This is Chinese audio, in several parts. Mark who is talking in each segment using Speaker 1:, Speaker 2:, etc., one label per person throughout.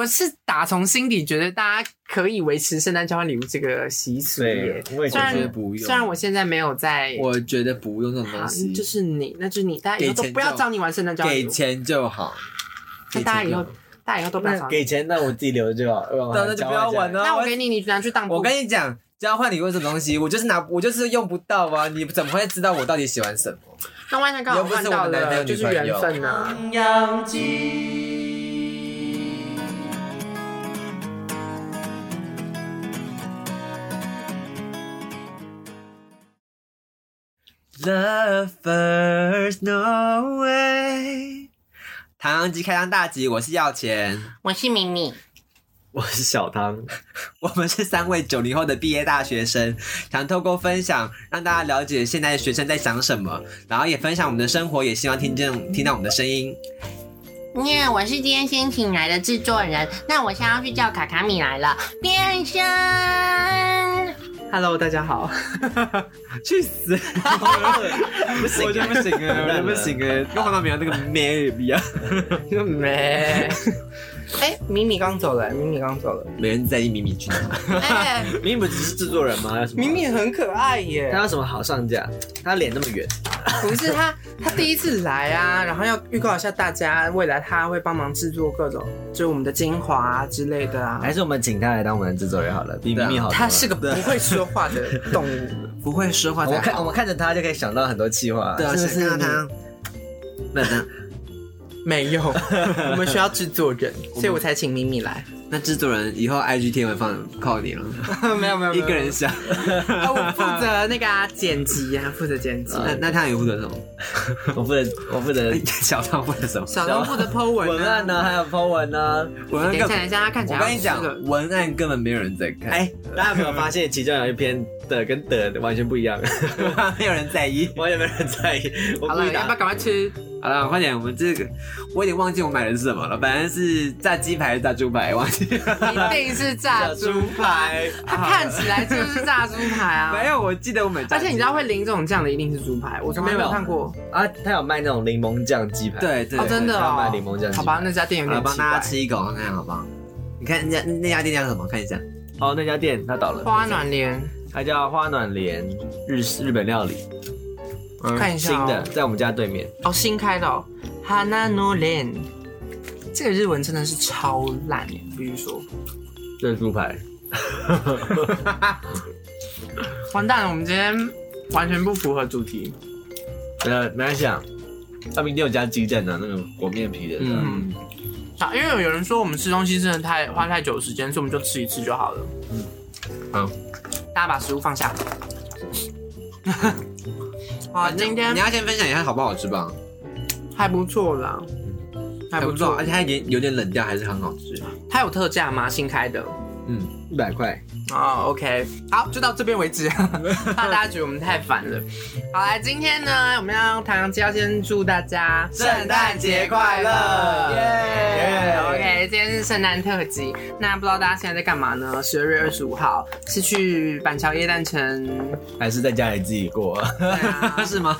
Speaker 1: 我是打从心底觉得大家可以维持圣诞交换礼物这个习俗耶
Speaker 2: 对。，我也
Speaker 1: 虽
Speaker 2: 觉
Speaker 1: 然
Speaker 2: 得
Speaker 3: 不用
Speaker 1: 虽然我现在没有在，
Speaker 3: 我觉得不用这种
Speaker 1: 好
Speaker 3: 东西，
Speaker 1: 就是你，那就是你，大家以后都
Speaker 3: 给钱就
Speaker 1: 不要找你玩圣诞交换礼
Speaker 3: 给
Speaker 1: 物，
Speaker 3: 钱就好。
Speaker 1: 那大家以后大家以后都不要找
Speaker 2: 那
Speaker 1: 你。
Speaker 2: 给钱，那我自己留着吧。
Speaker 3: 当然就不要玩
Speaker 2: 了。
Speaker 3: 了。
Speaker 1: 那我给你，你拿去当
Speaker 3: 我
Speaker 1: 布
Speaker 3: 跟你讲，交换礼物这种东西，我就是拿，我就是用不到啊！你怎么会知道我到底喜欢什么？
Speaker 1: 那万一他刚好换到
Speaker 3: 又不是我的男朋
Speaker 1: 了，
Speaker 3: 友
Speaker 1: 就是
Speaker 3: 女朋友
Speaker 1: 缘分啊呐。
Speaker 3: The first no way。唐扬鸡开张大吉，我是要钱。
Speaker 1: 我是米米，
Speaker 2: 我是小汤，
Speaker 3: 我们是三位九零后的毕业大学生，想透过分享让大家了解现在的学生在想什么，然后也分享我们的生活，也希望听见听到我们的声音。
Speaker 4: 耶我是今天先请来的制作人，那我现在要去叫卡卡米来了，变身。
Speaker 1: Hello，大家好。
Speaker 3: 去死！不行，我觉得不行哎，我觉得不行哎，跟黄道明那个 man 一样，
Speaker 1: 就 没。哎、米米刚走了、米米刚走了。
Speaker 3: 没人在意米米君。
Speaker 1: 哎、
Speaker 2: 你不只是制作人吗？要什么
Speaker 1: 米米很可爱耶
Speaker 2: 他。有什么好上架？他脸那么圆，
Speaker 1: 不是他，他第一次来啊，然后要预告一下大家，未来他会帮忙制作各种，就是我们的精华、啊、之类的啊。
Speaker 2: 还是我们请他来当我们的制作人好了，比
Speaker 3: 对
Speaker 2: 咪
Speaker 3: 啊
Speaker 2: 咪好多了。
Speaker 1: 他是个不会说话的动物。
Speaker 3: 不会说话
Speaker 2: 我
Speaker 3: 才
Speaker 2: 们看我
Speaker 3: 好。
Speaker 2: 们看着他就可以想到很多气话，
Speaker 3: 对啊，
Speaker 2: 是不
Speaker 3: 想
Speaker 2: 是
Speaker 3: 看到他。那那
Speaker 1: 没 有，我们需要制作人，所以我才请米米来。
Speaker 3: 那制作人以后 IG 天文放靠你了，
Speaker 1: 没有没有
Speaker 3: 一个人想。
Speaker 1: 啊，我负责那个、啊、剪辑啊，负责剪辑。
Speaker 3: 那那他也负责什么？
Speaker 2: 我负责我负
Speaker 3: 哎
Speaker 2: 责
Speaker 3: 小张负责什么？
Speaker 1: 小东负责 Po 文、啊、
Speaker 2: 文案呢、还有 po 文啊呢、
Speaker 3: 我
Speaker 1: 等
Speaker 3: 那
Speaker 1: 一
Speaker 3: 个
Speaker 1: 下，等一下，他看起
Speaker 3: 我
Speaker 1: 来
Speaker 3: 跟你讲
Speaker 1: 是个，
Speaker 3: 文案根本没有人在看，
Speaker 2: 哎，大家有没有发现其中有一篇的跟的完全不一样，
Speaker 3: 没有人在意。
Speaker 2: 完全没人在意。我
Speaker 1: 好
Speaker 2: 故
Speaker 1: 了，
Speaker 2: 意
Speaker 1: 要不要
Speaker 2: 打，
Speaker 1: 赶快吃？
Speaker 3: 好了，快点，我们这个我有点忘记我买的是什么了，反正是炸鸡排还是炸猪排，忘记了。啊
Speaker 1: 一定是 炸猪排，
Speaker 2: 排，
Speaker 1: 它看起来就是炸猪排
Speaker 3: 没
Speaker 1: 啊。
Speaker 3: 有，我记得我买炸
Speaker 1: 而
Speaker 3: 鸡排，
Speaker 1: 且你知道会淋这种酱的一定是猪排，我从来没有看过。
Speaker 2: 啊，他有卖那种柠檬酱鸡排，，
Speaker 3: 对对
Speaker 1: 哦，真的
Speaker 2: 他有卖
Speaker 1: 哦
Speaker 2: 柠檬酱鸡排。
Speaker 1: 好吧，那家店有
Speaker 3: 好了，
Speaker 1: 点
Speaker 3: 帮
Speaker 1: 奇
Speaker 3: 大家
Speaker 1: 怪。
Speaker 3: 吃一口看看好不好？你看人家那家店叫什么？看一下，
Speaker 2: 哦，那家店它倒了，
Speaker 1: 花暖莲，
Speaker 2: 它叫花暖莲日日本料理，嗯
Speaker 1: 看一下哦
Speaker 2: 新的，在我们家对面。
Speaker 1: 哦，新开的哦，Hana no Len。这个日文真的是超烂耶，必须说。
Speaker 2: 这是猪排，
Speaker 1: 完蛋了，我们今天完全不符合主题。
Speaker 2: 呃，没关系啊。他明天有加鸡蛋啊的、那个裹面皮的，嗯，
Speaker 3: 嗯，
Speaker 1: 好，因为有人说我们吃东西真的太花太久时间，所以我们就吃一次就好了。嗯，
Speaker 2: 好，
Speaker 1: 大家把食物放下。 好，今天
Speaker 3: 你要先分享一下好不好吃吧？
Speaker 1: 还不错啦，嗯还不错
Speaker 3: 而。且它有点有点冷掉，还是很好吃。
Speaker 1: 它有特价吗？新开的。
Speaker 3: 嗯，
Speaker 2: 一百块。
Speaker 1: 哦、o k 好，就到这边为止， 怕大家觉得我们太烦了。好来，今天呢，我们要唐扬鸡要先祝大家
Speaker 3: 圣诞节快乐
Speaker 1: 耶、
Speaker 2: 耶
Speaker 1: o k 今天是圣诞特辑，那不知道大家现在在干嘛呢？十二月二十五号是去板桥耶诞城，
Speaker 2: 还是在家里自己 过。
Speaker 1: 对啊
Speaker 3: 是吗？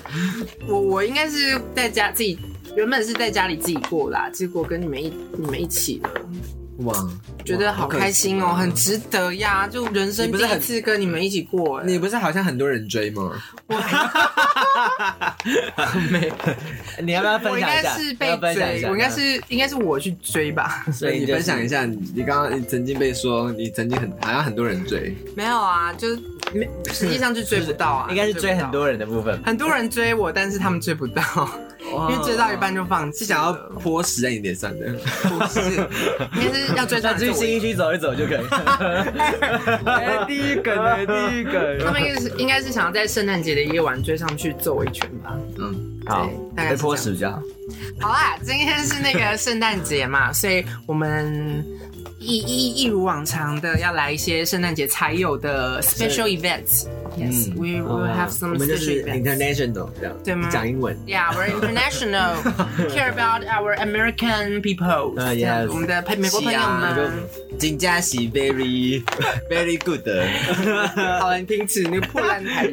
Speaker 1: 我我应该是在家自己，原本是在家里自己过啦，结果跟你们一你们一起了，
Speaker 3: 哇，
Speaker 1: 觉得好开心哦、
Speaker 3: 哇
Speaker 1: 很。值得呀！就人生
Speaker 3: 你
Speaker 1: 第
Speaker 3: 不是
Speaker 1: 一
Speaker 3: 很
Speaker 1: 次跟你们一起过、哎
Speaker 3: 你不是好像很多人追吗？
Speaker 2: 你要不要
Speaker 1: 我
Speaker 2: 分
Speaker 1: 应
Speaker 2: 享
Speaker 1: 该
Speaker 2: 一下？
Speaker 1: 是被
Speaker 2: 要不要分享一
Speaker 1: 追，
Speaker 2: 下
Speaker 1: 我应该，是应该是我去追 吧？
Speaker 2: 所以
Speaker 3: 你
Speaker 2: 就是
Speaker 3: 分享一下，你你刚刚你曾经被说你曾经很好像很多人追，
Speaker 1: 没有啊，就是没，实际上是追不到啊，
Speaker 2: 应该是追很
Speaker 1: 不到。
Speaker 2: 多人的部分。
Speaker 1: 很多人追我，但是他们追不 到，因
Speaker 3: 因
Speaker 1: 为追到一半就放弃
Speaker 3: 是
Speaker 1: 了。
Speaker 3: 想要
Speaker 2: 哦
Speaker 3: 泼屎在你 脸上的。
Speaker 1: 不是，应该是要追上
Speaker 2: 那
Speaker 1: 来
Speaker 2: 去
Speaker 1: 做我
Speaker 2: 新一区走一走就可以。
Speaker 3: 哎，第一梗哎，第一
Speaker 1: 他
Speaker 3: 梗。
Speaker 1: 们应该是应该是想要在圣诞节的夜晚追上去揍我一拳吧？
Speaker 3: 嗯，
Speaker 2: 好
Speaker 1: 对，大概
Speaker 2: 被
Speaker 1: 是
Speaker 2: 泼
Speaker 1: 这样
Speaker 2: 屎比较好。
Speaker 1: 好啦，今天是那 个圣诞节嘛，所以我们一一一如往常的要来一些圣诞节才有的 special events。Yes,
Speaker 2: 嗯
Speaker 1: we will have
Speaker 2: 我
Speaker 1: some
Speaker 2: 们就是
Speaker 1: special events.
Speaker 2: international 这样，
Speaker 1: 对吗
Speaker 2: 讲英文。
Speaker 1: Yeah, we're international. Care about our American people.
Speaker 2: 呃
Speaker 1: 这样
Speaker 2: yes
Speaker 1: 我们的美国朋友们。
Speaker 3: 啊金佳喜 very very good。
Speaker 1: 好了，你停止，你个破烂台。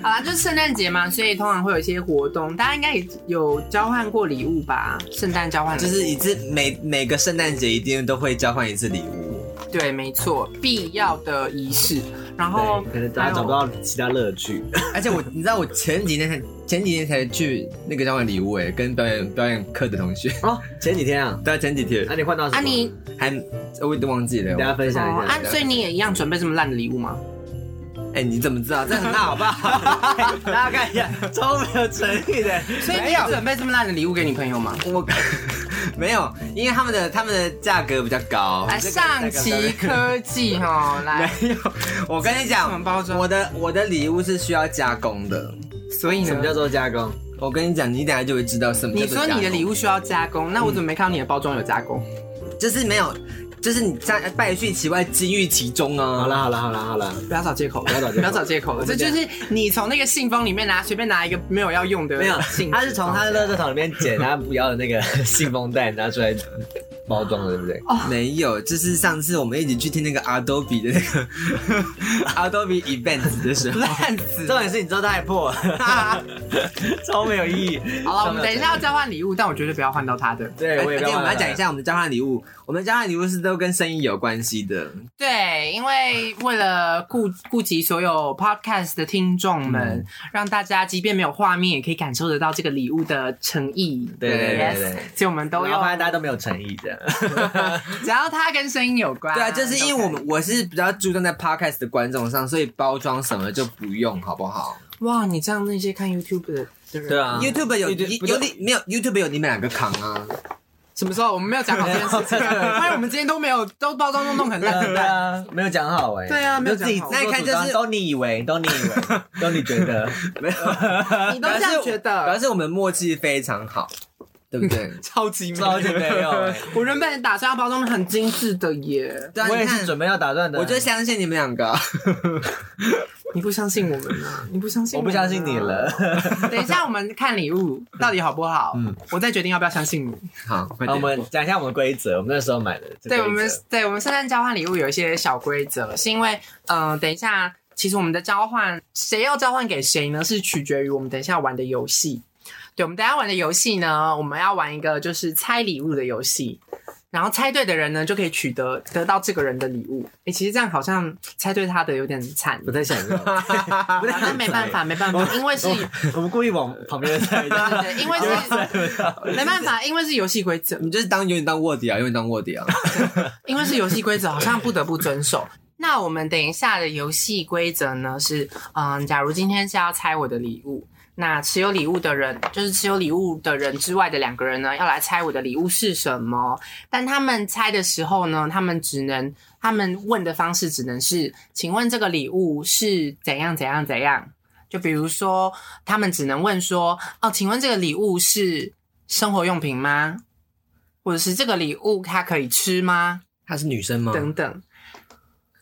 Speaker 1: 好啦，就是圣诞节嘛，所以通常会有一些活动，大家应该也有交换过礼物吧？圣诞交换礼物
Speaker 3: 就是一次每每个圣诞节一定都会交换一次礼物。
Speaker 1: 对，没错，必要的仪式。然后
Speaker 2: 对可能大家找不到其他乐趣。
Speaker 3: 而且我，你知道我前几天才前几天才去那个交换礼物哎，跟表演表演课的同学，
Speaker 2: 哦，前几天啊，
Speaker 3: 对，前几天
Speaker 2: 那、你换到什么？
Speaker 4: 啊你
Speaker 3: 还我都忘记了
Speaker 2: 大。家分
Speaker 1: 哦
Speaker 2: 享一
Speaker 1: 啊
Speaker 2: 下，。
Speaker 1: 所以你也一样准备这么烂的礼物吗？
Speaker 3: 哎、你怎么知道？这很大好不好？
Speaker 2: 大家看一下，超没有诚意的。
Speaker 1: 所以你
Speaker 3: 没有
Speaker 1: 准备这么烂的礼物给你朋友吗？
Speaker 3: 我没有，因为他们的他们的价格比较高。
Speaker 2: 啊
Speaker 1: 来，
Speaker 3: 这个
Speaker 1: 哎上
Speaker 3: 价格
Speaker 1: 期
Speaker 3: 比较高
Speaker 1: 科技哈， 来，
Speaker 3: 没有，我跟你
Speaker 1: 怎么
Speaker 3: 讲，
Speaker 1: 包装
Speaker 3: 我的我的礼物是需要加工的。
Speaker 1: 所以
Speaker 2: 什
Speaker 1: 呢
Speaker 2: 么？叫做加工？
Speaker 3: 我跟你讲，你等下就会知道什么叫
Speaker 1: 你
Speaker 3: 做加
Speaker 1: 说
Speaker 3: 工。
Speaker 1: 你的礼物需要加工，
Speaker 2: 嗯
Speaker 1: 那我怎么没看到你的包装有加工？
Speaker 3: 就是没有，就是你在败絮其外，金玉其中啊。
Speaker 2: 好啦，好啦，好啦，好啦。
Speaker 1: 不要找借口，不
Speaker 2: 要找借口
Speaker 1: 不要找借口了。
Speaker 2: 我
Speaker 1: 这
Speaker 2: 们
Speaker 1: 就是你从那个信封里面拿，随便拿一个没有要用的
Speaker 2: 没有
Speaker 1: 信，封，
Speaker 2: 他是从他的垃圾桶里面捡他不要的 那个信封袋拿出来包装的，对不对？
Speaker 3: 没有，就是上次我们一起去听那个 Adobe 的 那个 Adobe event 的时候，
Speaker 1: 烂死。
Speaker 2: 重点是你知道他还破， 超没有意义。
Speaker 1: 好了，我们等一下要交换礼物，但我绝对不要换到他的。
Speaker 2: 对，我也不
Speaker 3: 而且
Speaker 2: 要
Speaker 3: 我
Speaker 2: 忘
Speaker 3: 们
Speaker 2: 了
Speaker 3: 要讲一。下我们的交换礼物，我们的交换礼物是都跟声音有关系的。
Speaker 1: 对，因为为了顾顾及所有 podcast 的听众们，
Speaker 2: 嗯
Speaker 1: 让大家即便没有画面，也可以感受得到这个礼物的诚意。
Speaker 2: 对对对
Speaker 1: Yes，
Speaker 2: 对对
Speaker 1: 所以我们都
Speaker 2: 然后
Speaker 1: 用
Speaker 2: 发，现大家都没有诚意，这样。
Speaker 1: 只要它跟声音有关。
Speaker 3: 对啊，就是因为我们我是比较注重在 podcast 的观众上，所以包装什么就不用，好不好
Speaker 1: 哇，你这样那些看 YouTube 的的人，
Speaker 2: 对啊
Speaker 3: ？YouTube 有
Speaker 2: 对对不
Speaker 3: 有你没有 YouTube 有你们两个扛啊？
Speaker 1: 什么时候我们没有讲好这件事 情？发现我们今天都没有，都包装都弄很烂，很
Speaker 2: 啊对
Speaker 1: 烂。
Speaker 2: 啊，没有讲好哎。
Speaker 1: 对啊没有
Speaker 2: 就
Speaker 1: 讲
Speaker 2: 自己
Speaker 1: 好
Speaker 2: 自作
Speaker 3: 那你看
Speaker 2: 主张
Speaker 3: 就是
Speaker 2: 都你以为，都你以为，都你觉得。
Speaker 3: 没有，
Speaker 2: 啊
Speaker 1: 你都这样觉
Speaker 3: 主要
Speaker 1: 得？？
Speaker 3: 是我们默契非常好，对不 对
Speaker 1: 超级 没有
Speaker 2: 超级没有欸
Speaker 1: 我原本打算要包装的很精致的耶，
Speaker 3: 对啊，
Speaker 2: 我也
Speaker 3: 你看
Speaker 2: 是准备要打断的。
Speaker 3: 我就相信你们两个。
Speaker 1: 你不相信我们啊？你不相信？
Speaker 2: 我不相信你。了。
Speaker 1: 等一下，我们看礼物
Speaker 2: 嗯
Speaker 1: 到底好不好？我再决定要不要相信你。
Speaker 3: 好，快
Speaker 2: 好，我
Speaker 3: 点。
Speaker 2: 们讲一下我们规则。我们那时候买的这规则，
Speaker 1: 对我们，对我们圣诞交换礼物有一些小规则，是因为，呃，等一下，其实我们的交换，谁要交换给谁呢？是取决于我们等一下玩的游戏。对，我们等一下玩的游戏呢，我们要玩一个就是猜礼物的游戏，然后猜对的人呢就可以取得得到这个人的礼物。诶、其实这样好像猜对他的有点惨，
Speaker 2: 不太想 要。不太
Speaker 1: 那没办法，没办法，因为是，对
Speaker 2: 我们故意往旁边
Speaker 1: 对
Speaker 2: 猜。
Speaker 1: 对，因为是没办法，因为是游戏规则，
Speaker 3: 你就是当永远当卧底啊，永远当卧底啊。
Speaker 1: 因为是游戏规则，好像不得不遵守。那我们等一下的游戏规则呢是，嗯，假如今天是要猜我的礼物，那持有礼物的人，就是持有礼物的人之外的两个人呢，要来猜我的礼物是什么。但他们猜的时候呢，他们只能，他们问的方式只能是，请问这个礼物是怎样怎样怎样？就比如说，他们只能问说，哦，请问这个礼物是生活用品吗？或者是这个礼物它可以吃吗？
Speaker 3: 她是女生吗？
Speaker 1: 等等。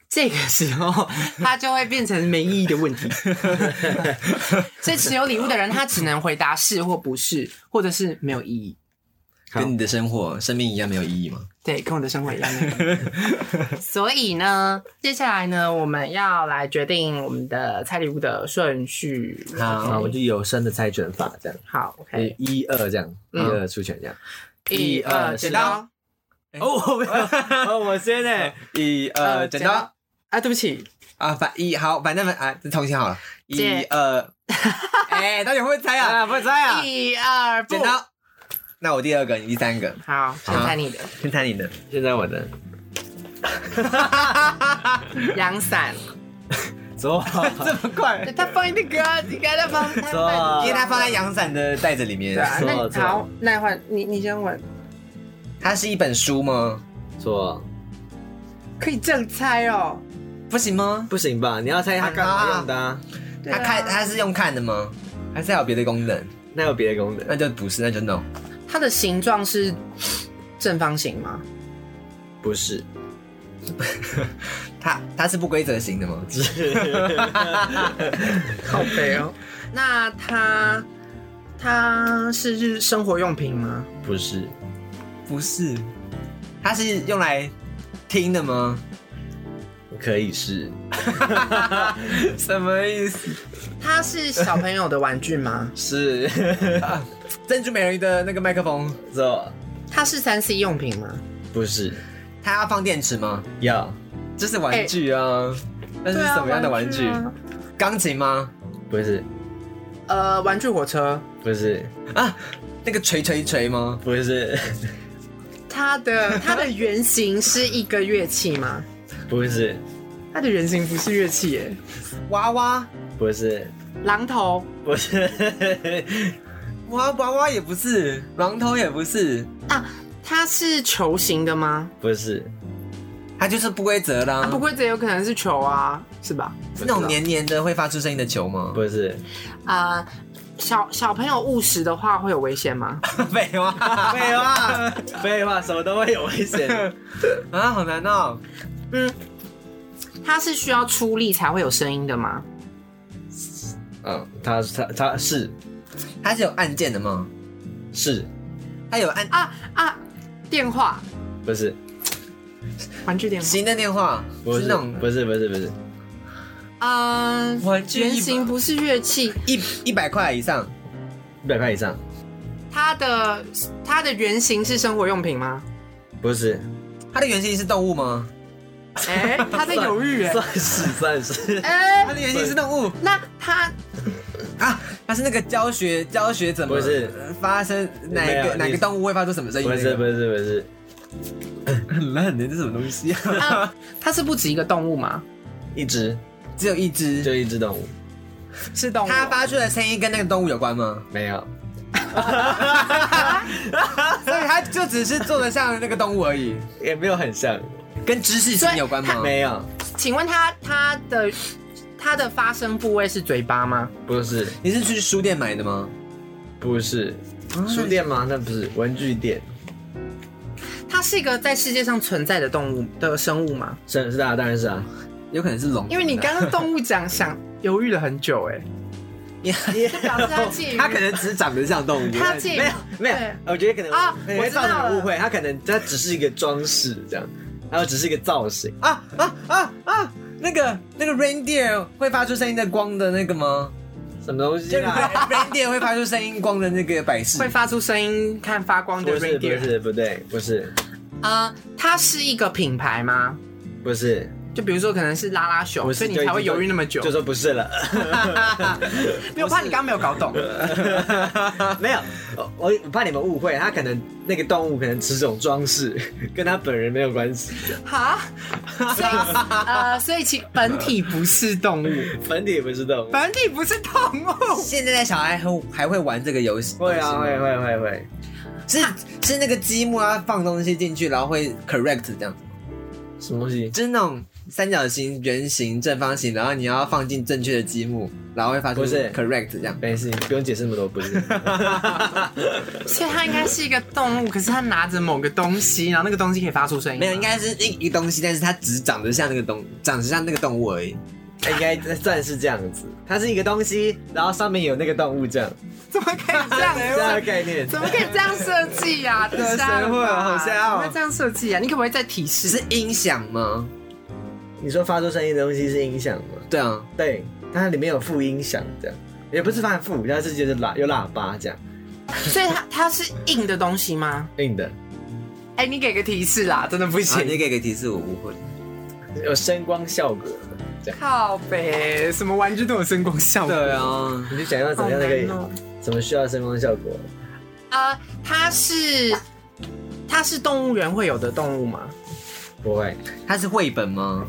Speaker 1: 这个时候，它就会变成没意义的问 题。所以持有礼物的人，他只能回答是或不是，或者是没有意义。
Speaker 3: 跟你的生活、生命一样没有意义吗？
Speaker 1: 对，跟我的生活一 样。所以呢，接下来呢，我们要来决定我们的猜礼物的顺序。
Speaker 2: 好，我就有声的猜拳法这样，
Speaker 1: 好
Speaker 2: 就是
Speaker 1: ，OK，
Speaker 3: 哎
Speaker 2: 一二这样，一
Speaker 1: 嗯
Speaker 2: 二出拳这样。
Speaker 1: 一二剪刀。
Speaker 2: 哦，我没有，哦，我先
Speaker 3: 欸
Speaker 2: 呢，
Speaker 3: 一
Speaker 1: 呃
Speaker 3: 二，剪
Speaker 1: 剪刀
Speaker 3: 刀
Speaker 1: 啊，对不起，
Speaker 3: 啊，反一好，反正反啊，再重新好了。一
Speaker 1: 剪
Speaker 3: 二， 哎，到底会不会猜 啊？
Speaker 2: 啊，不猜啊，
Speaker 1: 一二不
Speaker 3: 剪。刀。那我第二个，你第三个，
Speaker 1: 好，先猜你的
Speaker 3: 先猜你的。
Speaker 2: 现在我的
Speaker 1: 阳 伞，
Speaker 2: 左
Speaker 3: 这么快？
Speaker 1: 他放一个歌，你刚才放，他
Speaker 2: 错
Speaker 1: 放
Speaker 3: 因为它放在阳伞的袋子里面
Speaker 1: 对。 啊，那
Speaker 2: 错
Speaker 1: 你好，那换你，你先问，
Speaker 3: 它是一本书吗？
Speaker 2: 左，
Speaker 1: 可以这样猜哦。
Speaker 3: 不行吗？
Speaker 2: 不行吧？你要猜它干嘛用的啊？
Speaker 1: 对
Speaker 3: 它
Speaker 1: 啊
Speaker 3: 看它是用看的吗？还是还有别的功能？
Speaker 2: 那有别的功能？
Speaker 3: 那就不是，那就 no。
Speaker 1: 它的形状是正方形吗？
Speaker 2: 不是，
Speaker 3: 它它是不规则型的吗？
Speaker 1: 好肥哦。 那它它是日生活用品吗？
Speaker 2: 不是，
Speaker 3: 不是，它是用来听的吗？
Speaker 2: 可以是，
Speaker 3: 什么意思？
Speaker 1: 它是小朋友的玩具 吗？
Speaker 2: 是，
Speaker 3: 珍珠美人鱼的那个麦克风，
Speaker 2: 这
Speaker 1: 它是三 C 用品吗？
Speaker 2: 不是
Speaker 3: 它要放电池吗？
Speaker 2: 要，
Speaker 3: 这是玩具啊，那是
Speaker 1: 对啊
Speaker 3: 什么样的玩具？
Speaker 1: 啊
Speaker 3: 钢琴吗？
Speaker 2: 不是
Speaker 1: 呃，玩具火车，
Speaker 2: 不是
Speaker 3: 啊，那个锤锤锤吗？
Speaker 2: 不是
Speaker 1: 它的 它的原型是一个乐器吗？
Speaker 2: 不是
Speaker 1: 它的原型不是乐器耶，
Speaker 3: 娃娃
Speaker 2: 不是
Speaker 1: 榔头、
Speaker 2: 不是
Speaker 3: 娃娃娃也不是，榔头也不是，
Speaker 1: 它是球形的吗？
Speaker 2: 不是
Speaker 3: 它就是不规则啦。
Speaker 1: 啊，不规则有可能是球啊，是吧？
Speaker 3: 是那种黏黏的会发出声音的球吗？
Speaker 2: 不是，
Speaker 1: 啊、小小朋友误食的话会有危险吗？
Speaker 3: 废话，
Speaker 2: 废话废话，什么都会有危险。
Speaker 3: 啊，好难哦。
Speaker 1: 它是需要出力才会有声音的吗？
Speaker 2: 嗯，他他他是
Speaker 3: 它是有按键的吗？
Speaker 2: 是
Speaker 3: 它有按
Speaker 1: 啊啊，电话，
Speaker 2: 不是
Speaker 1: 玩具电话，
Speaker 3: 行的电话，
Speaker 2: 不
Speaker 3: 是
Speaker 2: 是
Speaker 3: 那种
Speaker 2: 不是不是不是
Speaker 1: 嗯、
Speaker 3: 玩具一
Speaker 1: 原型不是乐器，
Speaker 3: 一一百块以上，
Speaker 2: 一百块以上，
Speaker 1: 它的它的原型是生活用品吗？
Speaker 2: 不是
Speaker 3: 它的原型是动物吗？
Speaker 1: 哎、他在犹豫哎、
Speaker 2: 算是算是
Speaker 1: 哎、
Speaker 3: 它的原型是动物
Speaker 1: 那他
Speaker 3: 啊，它是那个教学教学怎么
Speaker 2: 不是
Speaker 3: 发生哪一
Speaker 2: 没
Speaker 3: 个
Speaker 2: 有
Speaker 3: 哪个
Speaker 2: 你
Speaker 3: 动物会发出什么声音
Speaker 2: 不
Speaker 3: 那
Speaker 2: 是
Speaker 3: 个？
Speaker 2: 不是不 是
Speaker 3: 很烂的，这是什么东西啊？
Speaker 1: 他 他呃是不止一个动物吗？
Speaker 2: 一只
Speaker 3: 只有一只，
Speaker 2: 就一只动物
Speaker 1: 是动物。
Speaker 3: 它发出的声音跟那个动物有关吗？
Speaker 2: 没有
Speaker 3: 所以它就只是做的像那个动物而已，
Speaker 2: 也没有很像
Speaker 3: 跟知识性有关吗？
Speaker 2: 没有
Speaker 1: 请问他他的他的发声部位是嘴巴吗？
Speaker 2: 不是
Speaker 3: 你是去书店买的吗？
Speaker 2: 不是书店吗？那不是文具店，
Speaker 1: 它是一个在世界上存在的动物的生物吗？
Speaker 2: 是是啊，当然是啊，
Speaker 3: 有可能是龙，
Speaker 1: 因为你刚刚动物讲想犹豫了很久哎、 就表示他介于
Speaker 3: 它可能只是长得像动物，
Speaker 1: 他介于
Speaker 2: 没有 没有
Speaker 1: 对，
Speaker 2: 我觉得可能
Speaker 1: 啊
Speaker 2: 可能
Speaker 1: 我
Speaker 2: 会
Speaker 1: 知道
Speaker 2: 造成
Speaker 1: 了
Speaker 2: 误会，它可能它只是一个装饰这样，然后只是一个造型，
Speaker 3: 啊啊啊啊！那个那个 reindeer 会发出声音的光的那个吗？
Speaker 2: 什么东西
Speaker 3: 就
Speaker 2: 啊？
Speaker 3: reindeer 会发出声音光的那个摆饰
Speaker 1: 会，发出声音、看发光
Speaker 2: 不
Speaker 1: 的
Speaker 2: 是不
Speaker 1: reindeer。
Speaker 2: 是不对不是
Speaker 1: 呃，它是一个品牌吗？
Speaker 2: 不是，
Speaker 1: 就比如说可能是拉拉熊，
Speaker 2: 不是
Speaker 1: 所以你
Speaker 2: 就
Speaker 1: 才会
Speaker 2: 就
Speaker 1: 犹豫那么久。
Speaker 2: 就说不是了。
Speaker 1: 没有，我怕你刚刚没有搞懂。
Speaker 2: 没有，我我我怕你们误会，他可能那个动物可能只是种装饰，跟他本人没有关系。
Speaker 1: 哈，所以呃，所以其本体不是动物，
Speaker 2: 粉底也不是动物，
Speaker 1: 本体不是动物，
Speaker 3: 现在的小孩还还会玩这个游戏，
Speaker 2: 会啊会会会会，
Speaker 3: 是是那个积木啊，放东西进去，然后会 correct 这样子，
Speaker 2: 什么东西？
Speaker 3: 就是那种三角形、圆形、正方形，然后你要放进正确的积木，然后会发出
Speaker 2: 不是
Speaker 3: correct 这样。
Speaker 2: 没事，你不用解释那么多，不是。
Speaker 1: 所以它应该是一个动物，可是它拿着某个东西，然后那个东西可以发出声音吗。
Speaker 3: 没有，应该是一一个东西，但是它只长得像那个东，长得像那个动物而已。
Speaker 2: 应该算是这样子，它是一个东西，然后上面有那个动物这样，
Speaker 1: 怎么可以这样啊
Speaker 2: 这样的
Speaker 1: 设？
Speaker 2: 概念。
Speaker 1: 怎么可以这样设计 呀？等一下
Speaker 3: 谁会啊好
Speaker 1: 怎
Speaker 3: 吓哦
Speaker 1: 么会这样设计啊呀？你可不可以再提示？
Speaker 3: 是音响吗？
Speaker 2: 你说发出声音的东西是音响吗？
Speaker 3: 对啊，
Speaker 2: 对，它里面有副音响这样，也不是反副，它是就是喇有喇叭这样，
Speaker 1: 所以它它是硬的东西吗？
Speaker 2: 硬的，
Speaker 1: 哎，你给个提示啦，真的不
Speaker 3: 啊，你
Speaker 1: 行。
Speaker 3: 给个提示，我不会。
Speaker 2: 有声光效果。这样，
Speaker 1: 靠北，什么玩具都有声光效果。
Speaker 3: 对啊，
Speaker 2: 你就想要
Speaker 1: 好
Speaker 2: 怎么样那
Speaker 1: 难
Speaker 2: 个
Speaker 1: 哦。
Speaker 2: 怎么需要声光效果？
Speaker 1: 呃，它是它是动物园会有的动物吗？
Speaker 2: 不会，
Speaker 3: 它是绘本吗？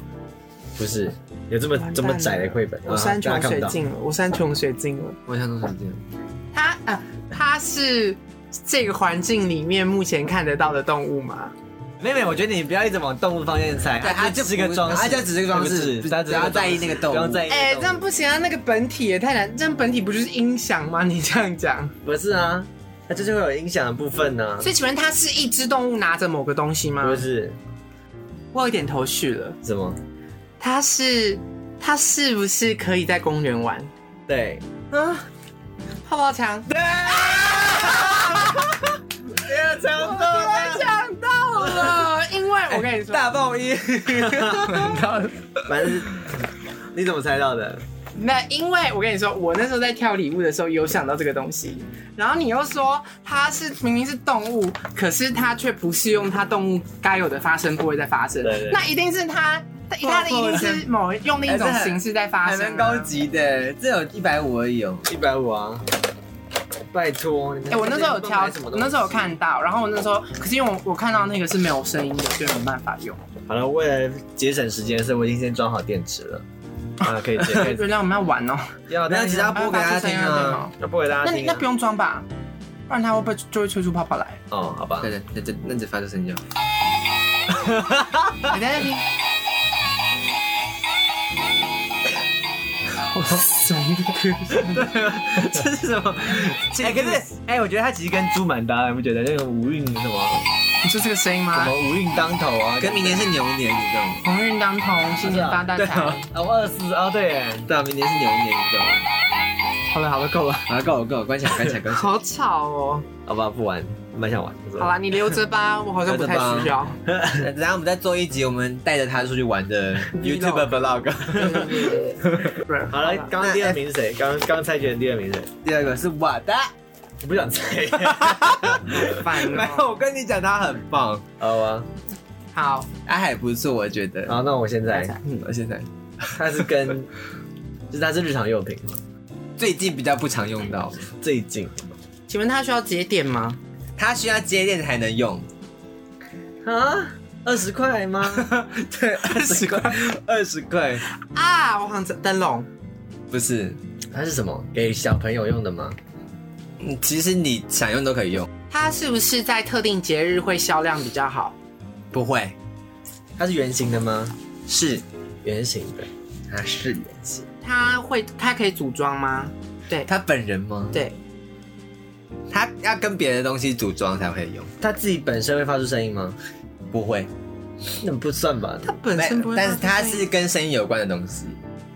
Speaker 2: 不是 有这么
Speaker 1: 完蛋了
Speaker 2: 这么窄的绘本，啊
Speaker 1: 我山
Speaker 2: 大
Speaker 1: 穷
Speaker 2: 家看
Speaker 1: 水
Speaker 2: 不到。
Speaker 1: 尽了，我山穷水尽了。
Speaker 3: 我想说是这样。
Speaker 1: 它呃，它是这个环境里面目前看得到的动物吗？
Speaker 2: 妹妹，我觉得你不要一直往动物方面猜，它
Speaker 3: 就
Speaker 2: 只是一个装饰，
Speaker 3: 它就只是个装饰，
Speaker 2: 不
Speaker 3: 不
Speaker 2: 是它只是一
Speaker 3: 要
Speaker 2: 个装饰
Speaker 3: 在意那个动物。
Speaker 2: 不要在意。
Speaker 1: 哎、这样不行啊！那个本体也太难，这样本体不就是音响吗？你这样讲，
Speaker 2: 不是啊，它就是会有影响的部分呢、
Speaker 1: 所以请问它是一只动物拿着某个东西吗？
Speaker 2: 不是
Speaker 1: 我有点头绪了，
Speaker 2: 什么？
Speaker 1: 它是它是不是可以在公园玩
Speaker 2: 对，
Speaker 1: 啊？泡泡枪，对，
Speaker 2: 不要讲动
Speaker 1: 我 想到了，因为我 跟你说，
Speaker 3: 大爆音，
Speaker 2: 反正是你怎么猜到的？
Speaker 1: 那因为我跟你说，我那时候在挑礼物的时候有想到这个东西，然后你又说它是明明是动物，可是它却不是用它动物该有的发生部位在发生，
Speaker 2: 对对
Speaker 1: 那一定是它，它它的一定是某用另一种形式在发啊
Speaker 3: 还
Speaker 1: 生、
Speaker 3: 蛮高。级的，这有一百五而已哦。
Speaker 2: 一百五啊！拜托，哎
Speaker 1: 哎、我那时候有挑，我那时候有。看到，然后我那时候，可是因为我我看到那个是没有声音的，所以没办法用。
Speaker 2: 好了，为了节省时间，所以我已经先装好电池 了。啊，可以接， 可以接
Speaker 1: 原。来我们要玩哦、
Speaker 2: 要
Speaker 3: 没有，
Speaker 2: 但
Speaker 3: 其实
Speaker 2: 是
Speaker 3: 要
Speaker 2: 要
Speaker 3: 播给大家听啊。
Speaker 2: 要播给大
Speaker 1: 那
Speaker 2: 家
Speaker 1: 你
Speaker 2: 听
Speaker 1: 那
Speaker 2: 啊
Speaker 1: 不。用装吧，不然它会不会就会吹出泡泡来？
Speaker 2: 哦，好吧
Speaker 3: 对。对，那就那就发出声音就好。
Speaker 1: 你在那边。我什么歌？
Speaker 2: 这是什么？ 哎，可是哎，我觉得它其实跟猪蛮搭的，你不觉得？那种五运什么
Speaker 1: 你说这个声音
Speaker 2: 什
Speaker 1: 吗
Speaker 2: 么？五运当头啊，
Speaker 3: 可明年是牛年，你知道吗？
Speaker 1: 鸿运当头，新年发大
Speaker 2: 对
Speaker 1: 财。
Speaker 2: 啊，啊我二十四啊，对耶，
Speaker 3: 对啊，明年是牛年，你知道吗？
Speaker 2: 好了好了，够了，
Speaker 3: 好，够了够了，关起来关起来 关起来。
Speaker 1: 好吵哦！
Speaker 2: 好吧，不玩，蛮想玩。不
Speaker 1: 好啦，你留着吧，我好像不太需要。
Speaker 3: 等下我们再做一集，我们带着他出去玩的 YouTube vlog。
Speaker 1: 对对对对对
Speaker 2: 好了，刚刚第二名是谁？刚刚猜拳第二名是谁？
Speaker 3: 第二个是我的，
Speaker 2: 我不想猜。
Speaker 1: 烦
Speaker 3: 没有，
Speaker 1: 哦。
Speaker 3: 哎我跟你讲，他很棒，
Speaker 2: 好吧，
Speaker 1: 好，
Speaker 3: 他还不错，我觉得。
Speaker 2: 好，那我现在，
Speaker 3: 嗯，我现在
Speaker 2: 它是跟， 就是它是日常用品嘛，
Speaker 3: 最近比较不常用到，
Speaker 2: 最近，
Speaker 1: 请问他需要节点吗？
Speaker 3: 它需要接电才能用。
Speaker 2: 啊，二十块吗？
Speaker 3: 对，二十块，二十块，
Speaker 1: 啊，我好像灯笼。
Speaker 3: 不是。
Speaker 2: 它是什么？给小朋友用的吗？
Speaker 3: 嗯其实你想用都可以用，
Speaker 1: 它是不是在特定节日会销量比较好？
Speaker 3: 不会
Speaker 2: 它是圆形的吗？
Speaker 3: 是
Speaker 2: 圆形的，
Speaker 3: 它啊是原型，
Speaker 1: 它会，它可以组装吗？对，
Speaker 3: 他本人吗？
Speaker 1: 对，
Speaker 3: 他要跟别的东西组装才会用，
Speaker 2: 它自己本身会发出声音吗？
Speaker 3: 不会。
Speaker 2: 那不算吧？
Speaker 1: 它本身不会发
Speaker 3: 但
Speaker 1: 出
Speaker 3: 是
Speaker 1: 声音。
Speaker 3: 它是跟声音有关的东西，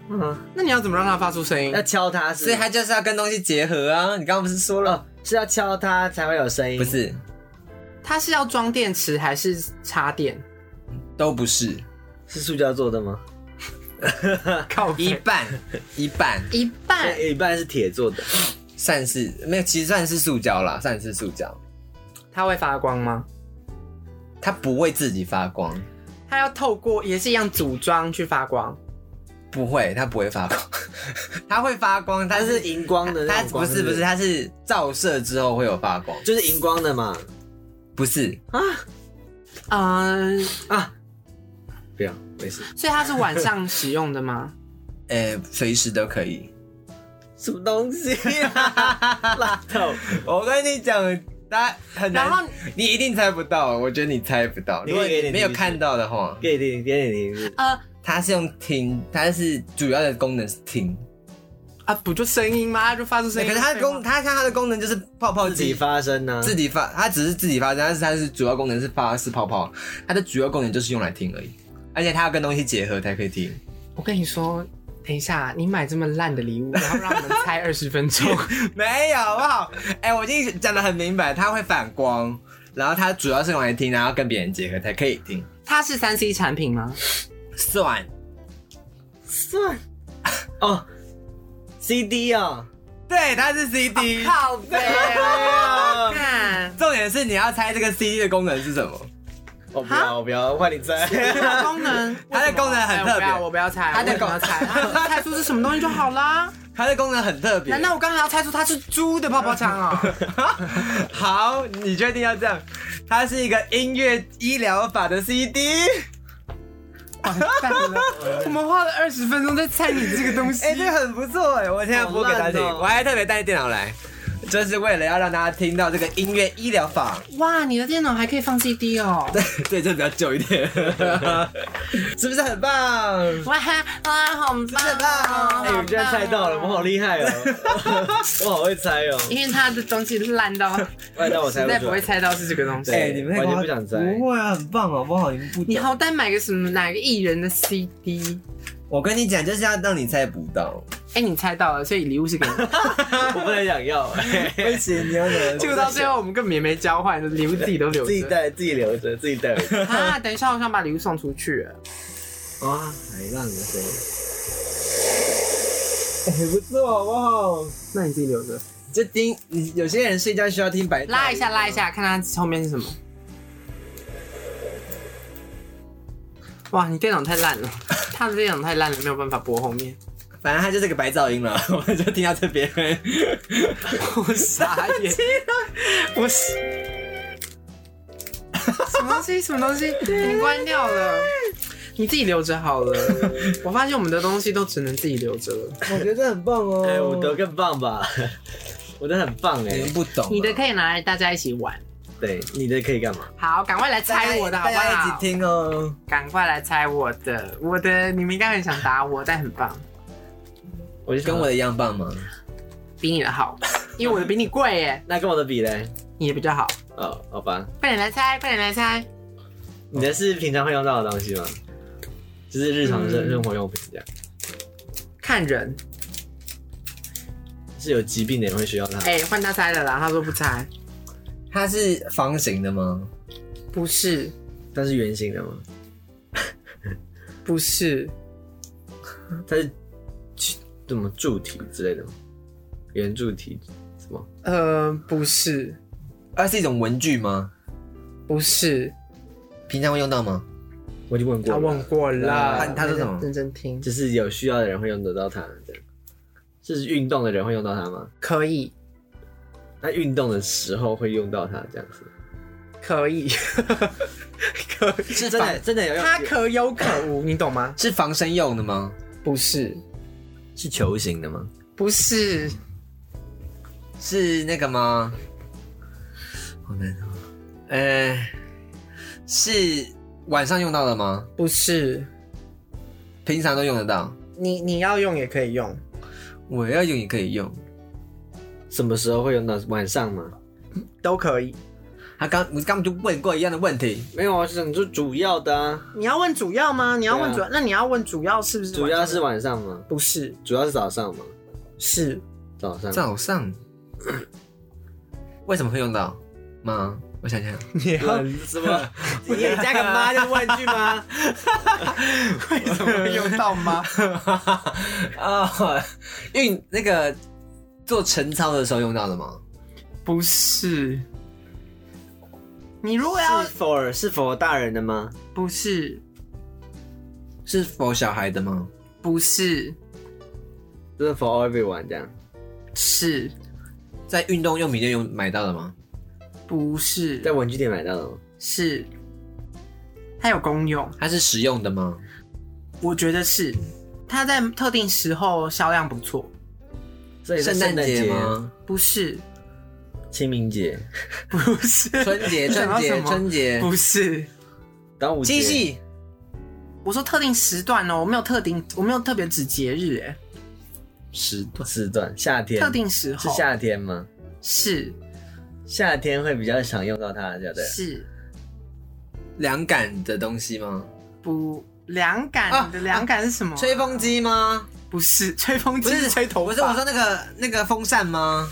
Speaker 2: 嗯，
Speaker 1: 那你要怎么让它发出声音
Speaker 2: 要？敲它是，哦
Speaker 3: 所以它就是要跟东西结合啊。你刚刚不是说了？
Speaker 2: 是要敲它才会有声音，
Speaker 3: 不？是，
Speaker 1: 它是要装电池还是插电？
Speaker 3: 都不是，
Speaker 2: 是塑胶做的吗？
Speaker 1: 靠
Speaker 3: 一
Speaker 1: 一
Speaker 3: 半一半
Speaker 1: 一半
Speaker 2: 有一半是铁做的，
Speaker 3: 算是没有，其实算是塑胶啦，算是塑胶。
Speaker 1: 它会发光吗？
Speaker 3: 它不会自己发光，
Speaker 1: 它要透过也是一样组装去发光，
Speaker 3: 不会，它不会发光， 它会发光，但
Speaker 2: 它
Speaker 3: 是
Speaker 2: 是荧光的那
Speaker 3: 它
Speaker 2: 种
Speaker 3: 不
Speaker 2: 光，
Speaker 3: 是不是，它是照射之后会有发光，
Speaker 2: 就是荧光的嘛。
Speaker 3: 不是
Speaker 1: 嗯、
Speaker 2: 啊，不要，没事。
Speaker 1: 所以它是晚上使用的吗？
Speaker 3: 呃，随时都可以。
Speaker 2: 什么东西 啊？烂透！
Speaker 3: 我跟你讲，大家很难，
Speaker 1: 然后
Speaker 3: 你一定猜不到，我觉得你猜不到。
Speaker 2: 你
Speaker 3: 如
Speaker 2: 可以
Speaker 3: 果
Speaker 2: 给
Speaker 3: 你
Speaker 2: 点
Speaker 3: 没有
Speaker 2: 提示
Speaker 3: 看到的话，
Speaker 2: 给你听，给你听。
Speaker 1: 呃
Speaker 3: 它是用听，它是主要的功能是听，哎
Speaker 1: 啊，不就声音吗？它就发出声
Speaker 3: 可
Speaker 1: 音。
Speaker 3: 是它的功，它像它的功能就是泡泡
Speaker 2: 自己
Speaker 3: 机。
Speaker 2: 发声啊呢、
Speaker 3: 自己发，它只是自己发，但是它是主要功能是发是泡泡，它的主要功能就是用来听而已，而且它要跟东西结合才可以听。
Speaker 1: 我跟你说，等一下，你买这么烂的礼物，然后让我们猜二十分钟，
Speaker 3: 没有，好不好？ 哎、我已经讲的很明白，它会反光，然后它主要是用来听，然后跟别人结合才可以听。
Speaker 1: 它是三 C 产品吗？
Speaker 3: 算，
Speaker 2: 算哦，CD 哦，
Speaker 3: 啊对，它是 CD。
Speaker 1: 靠背
Speaker 2: 啊
Speaker 1: 看，
Speaker 3: 重点是你要猜这个 CD 的功能是什么？
Speaker 2: 我哦不要，我不要，换你 猜。
Speaker 1: 它的啊功能，
Speaker 3: 它的功能很特
Speaker 1: 哎
Speaker 3: 别
Speaker 1: 我不要我不要猜，
Speaker 3: 它的
Speaker 1: 我为什么要猜，它猜出是什么东西就好啦。
Speaker 3: 它的功能很特别。
Speaker 1: 难道我刚才要猜出它是猪的泡泡枪啊？
Speaker 3: 好？你确定要这样？它是一个音乐医疗法的 CD。
Speaker 1: 蛋了！我们花了二十分钟在猜你这个东西
Speaker 3: 哎、这个很不错哎，我现在播给大家听，
Speaker 2: 好烂哦
Speaker 3: 我还特别带电脑来，就是为了要让大家听到这个音乐医疗法。
Speaker 1: 哇，你的电脑还可以放 CD 哦！
Speaker 3: 对，这比较久一点， 是不是很棒？
Speaker 4: 哇哇，好棒
Speaker 3: 真的棒
Speaker 4: 哦！
Speaker 2: 哎、我居然猜到了，我好厉害哦， 我好会猜哦，
Speaker 1: 因为它的东西烂到
Speaker 2: 不然我猜
Speaker 1: 实在不
Speaker 2: 不
Speaker 1: 会
Speaker 2: 出来。
Speaker 1: 猜到是这个东西。
Speaker 2: 对
Speaker 3: 哎、你们
Speaker 2: 完全
Speaker 3: 那个
Speaker 2: 不想猜
Speaker 3: 不会啊，很棒好不好？你们不懂
Speaker 1: 你好歹买个什么哪个艺人的 CD？
Speaker 3: 我跟你讲，就是要让你猜不到。
Speaker 1: 哎，你猜到了，所以礼物是给你。
Speaker 2: 我不能想 要，
Speaker 3: 不行，你要忍
Speaker 1: 结果到最后我们根本也没交换，礼物自己都留
Speaker 2: 自己
Speaker 1: 着。
Speaker 2: 带，自己留着，自己带回 去。
Speaker 1: 啊， 等一下，我想把礼物送出去。
Speaker 2: 哇，海浪的声音，不错，好不好？
Speaker 1: 那你自己留着，
Speaker 2: 这听，你有些人睡觉需要听白
Speaker 1: 拉一下，拉一下，看它后面是什么。哇，你电脑太烂 了，他的电脑太烂了，没有办法播后面。
Speaker 3: 反正它就是个白噪音了， 我们就听到这边。
Speaker 1: 我傻 眼，
Speaker 3: 不是，
Speaker 1: 什么东西？什么东西？你关掉了，你自己留着好了。我发现我们的东西都只能自己留着了。
Speaker 2: 我觉得很棒哦。哎，我的更棒吧？ 我的很棒哎、
Speaker 3: 你们不懂啊。
Speaker 1: 你的可以拿来大家一起玩。
Speaker 2: 对，你的可以干嘛？
Speaker 1: 好，赶快来猜我的好
Speaker 3: 大
Speaker 1: 不
Speaker 3: 家大家一
Speaker 1: 好
Speaker 3: 起？听哦。
Speaker 1: 赶快来猜我的，我的，你们应该很想打我，但很棒，
Speaker 2: 我就
Speaker 3: 跟我的一样棒吗？
Speaker 1: 比你的好，因为我的比你贵耶，
Speaker 2: 那跟我的比嘞？
Speaker 1: 你的比较好。
Speaker 2: 哦，好吧，
Speaker 1: 快点来猜，快点来猜。
Speaker 2: 你的是平常会用到的东西吗？就是日常生
Speaker 1: 嗯
Speaker 2: 生活用品这样，
Speaker 1: 看人，
Speaker 2: 是有疾病的人会需要它。
Speaker 1: 哎、换他猜了啦，他说不猜，
Speaker 3: 它是方形的吗？
Speaker 1: 不是，
Speaker 2: 它是圆形的吗？
Speaker 1: 不是，
Speaker 2: 它是什么柱体之类的吗？圆柱体什么？
Speaker 1: 呃，不是，
Speaker 3: 它啊是一种文具吗？
Speaker 1: 不是，
Speaker 3: 平常会用到吗？
Speaker 2: 我已经问过
Speaker 1: 他
Speaker 2: 了，
Speaker 1: 问过了，
Speaker 3: 他他说什么
Speaker 1: 认真听，
Speaker 2: 就是有需要的人会用得到它，这样。是运动的人会用到它吗？
Speaker 1: 可以，
Speaker 2: 那运动的时候会用到它，这样子。
Speaker 1: 可以， 可以，
Speaker 2: 是真的真的有用？
Speaker 1: 他可有可无，你懂吗？
Speaker 3: 是防身用的吗？
Speaker 1: 不是，
Speaker 2: 是球形的吗？
Speaker 1: 不是，
Speaker 3: 是那个吗？好难哦。呃，是晚上用到的吗？
Speaker 1: 不是，
Speaker 3: 平常都用得到，
Speaker 1: 你你要用也可以用，
Speaker 3: 我要用也可以用。
Speaker 2: 什么时候会用到？晚上吗？
Speaker 1: 都可以。
Speaker 3: 他刚我刚就问过一样的问题，
Speaker 2: 没有啊，是你说主要的啊，
Speaker 1: 你要问主要吗？你要问主要，那你要问主要是不是？
Speaker 2: 主要是晚上吗？
Speaker 1: 不是？
Speaker 2: 主要是早上吗？
Speaker 1: 是
Speaker 2: 早上
Speaker 3: 早上 为什么会用到吗？我想想，
Speaker 1: 你要
Speaker 2: 晚什么？ 你可以加个妈这个问句吗？
Speaker 3: 为什么会用到吗？ 啊，因为那个做晨操的时候用到的吗？
Speaker 1: 不是？你如果要
Speaker 2: 是 for 是 for 大人的吗？
Speaker 1: 不是
Speaker 3: 是否小孩的吗？
Speaker 1: 不是
Speaker 2: 就是 for everyone 这样，
Speaker 1: 是
Speaker 3: 在运动用品店用买到的吗？
Speaker 1: 不是
Speaker 2: 在文具店买到的吗？
Speaker 1: 是，它有功用，
Speaker 3: 它是实用的吗？
Speaker 1: 我觉得是它在特定时候销量不错。
Speaker 2: 所以是
Speaker 3: 圣诞节吗？
Speaker 1: 不是
Speaker 2: 清明节、
Speaker 1: 不是
Speaker 3: 春节、
Speaker 1: 想
Speaker 3: 春
Speaker 1: 到什
Speaker 3: 节、
Speaker 1: 么
Speaker 3: 春节，
Speaker 1: 不是，
Speaker 2: 端午节、
Speaker 3: 七夕
Speaker 1: 我说特定时段哦，我没有特定，我没有特别指节日，哎，
Speaker 2: 时段、时段、夏天
Speaker 1: 特定时
Speaker 2: 是
Speaker 1: 候
Speaker 2: 夏天吗？
Speaker 1: 是
Speaker 2: 夏天会比较常用到它，对不对？啊
Speaker 1: 是
Speaker 3: 凉感的东西吗？
Speaker 1: 不凉感，你的凉感是什么？
Speaker 3: 啊吹风机吗？
Speaker 1: 不啊是吹风机，吹头发。
Speaker 3: 不是我说那个那个风扇吗？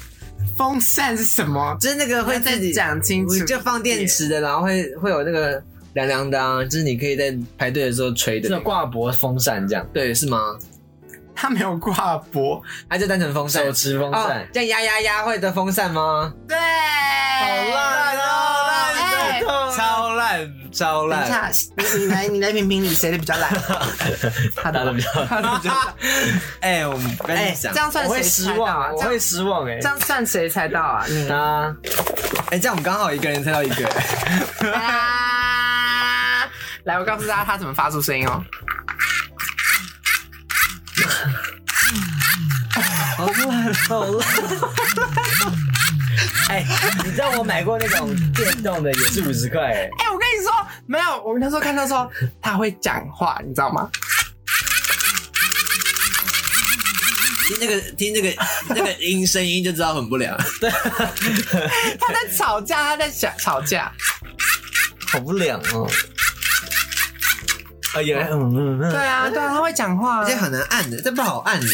Speaker 1: 风扇是什么？
Speaker 3: 就是那个会
Speaker 1: 要再
Speaker 3: 自己
Speaker 1: 讲清楚一
Speaker 3: 你
Speaker 1: 点
Speaker 3: 就放电池的，然后会会有那个凉凉的啊，就是你可以在排队的时候吹的
Speaker 2: 是
Speaker 3: 那
Speaker 2: 有
Speaker 1: 啊
Speaker 3: 个、
Speaker 2: 挂脖风扇这样，
Speaker 3: 对，是吗？
Speaker 1: 它没有挂脖。
Speaker 3: 还啊是单纯风扇
Speaker 2: 手？持风
Speaker 3: 哦
Speaker 2: 扇，。
Speaker 3: 这样压压压会的风扇吗？
Speaker 1: 对，好
Speaker 2: 烂哦
Speaker 3: 哎
Speaker 2: 烂透了
Speaker 3: 超啊烂，超
Speaker 1: 等一下，哎你你来你来评评理，谁的比较烂？他
Speaker 2: 打
Speaker 1: 的
Speaker 2: 的比较好，
Speaker 3: 哎、我们跟
Speaker 1: 哎，
Speaker 3: 你
Speaker 1: 这
Speaker 3: 讲，
Speaker 1: 样算
Speaker 2: 我会
Speaker 1: 谁
Speaker 2: 失
Speaker 1: 猜到啊？
Speaker 2: 望，我
Speaker 1: 这样
Speaker 2: 会失望哎
Speaker 1: 这。样算谁猜到啊？ 你
Speaker 2: 啊，
Speaker 3: 哎、这样我们刚好一个人猜到一个，
Speaker 1: 啊！来，我告诉大家它怎么发出声音哦。
Speaker 2: 好烂，好烂！ 哎，你知道我买过那种电动的，也是五十块哎。
Speaker 1: 哎、我跟你说，没有，我那时候看到说它会讲话，你知道吗？
Speaker 3: 听那个听那个那个音声音就知道很不良。
Speaker 1: 它在吵架，它在想吵架。
Speaker 2: 好不良哦。啊，原来嗯嗯
Speaker 1: 对
Speaker 2: 嗯，
Speaker 1: 啊，对啊，它会讲话、
Speaker 3: 这
Speaker 1: 啊。
Speaker 3: 很难按的，这不好按的。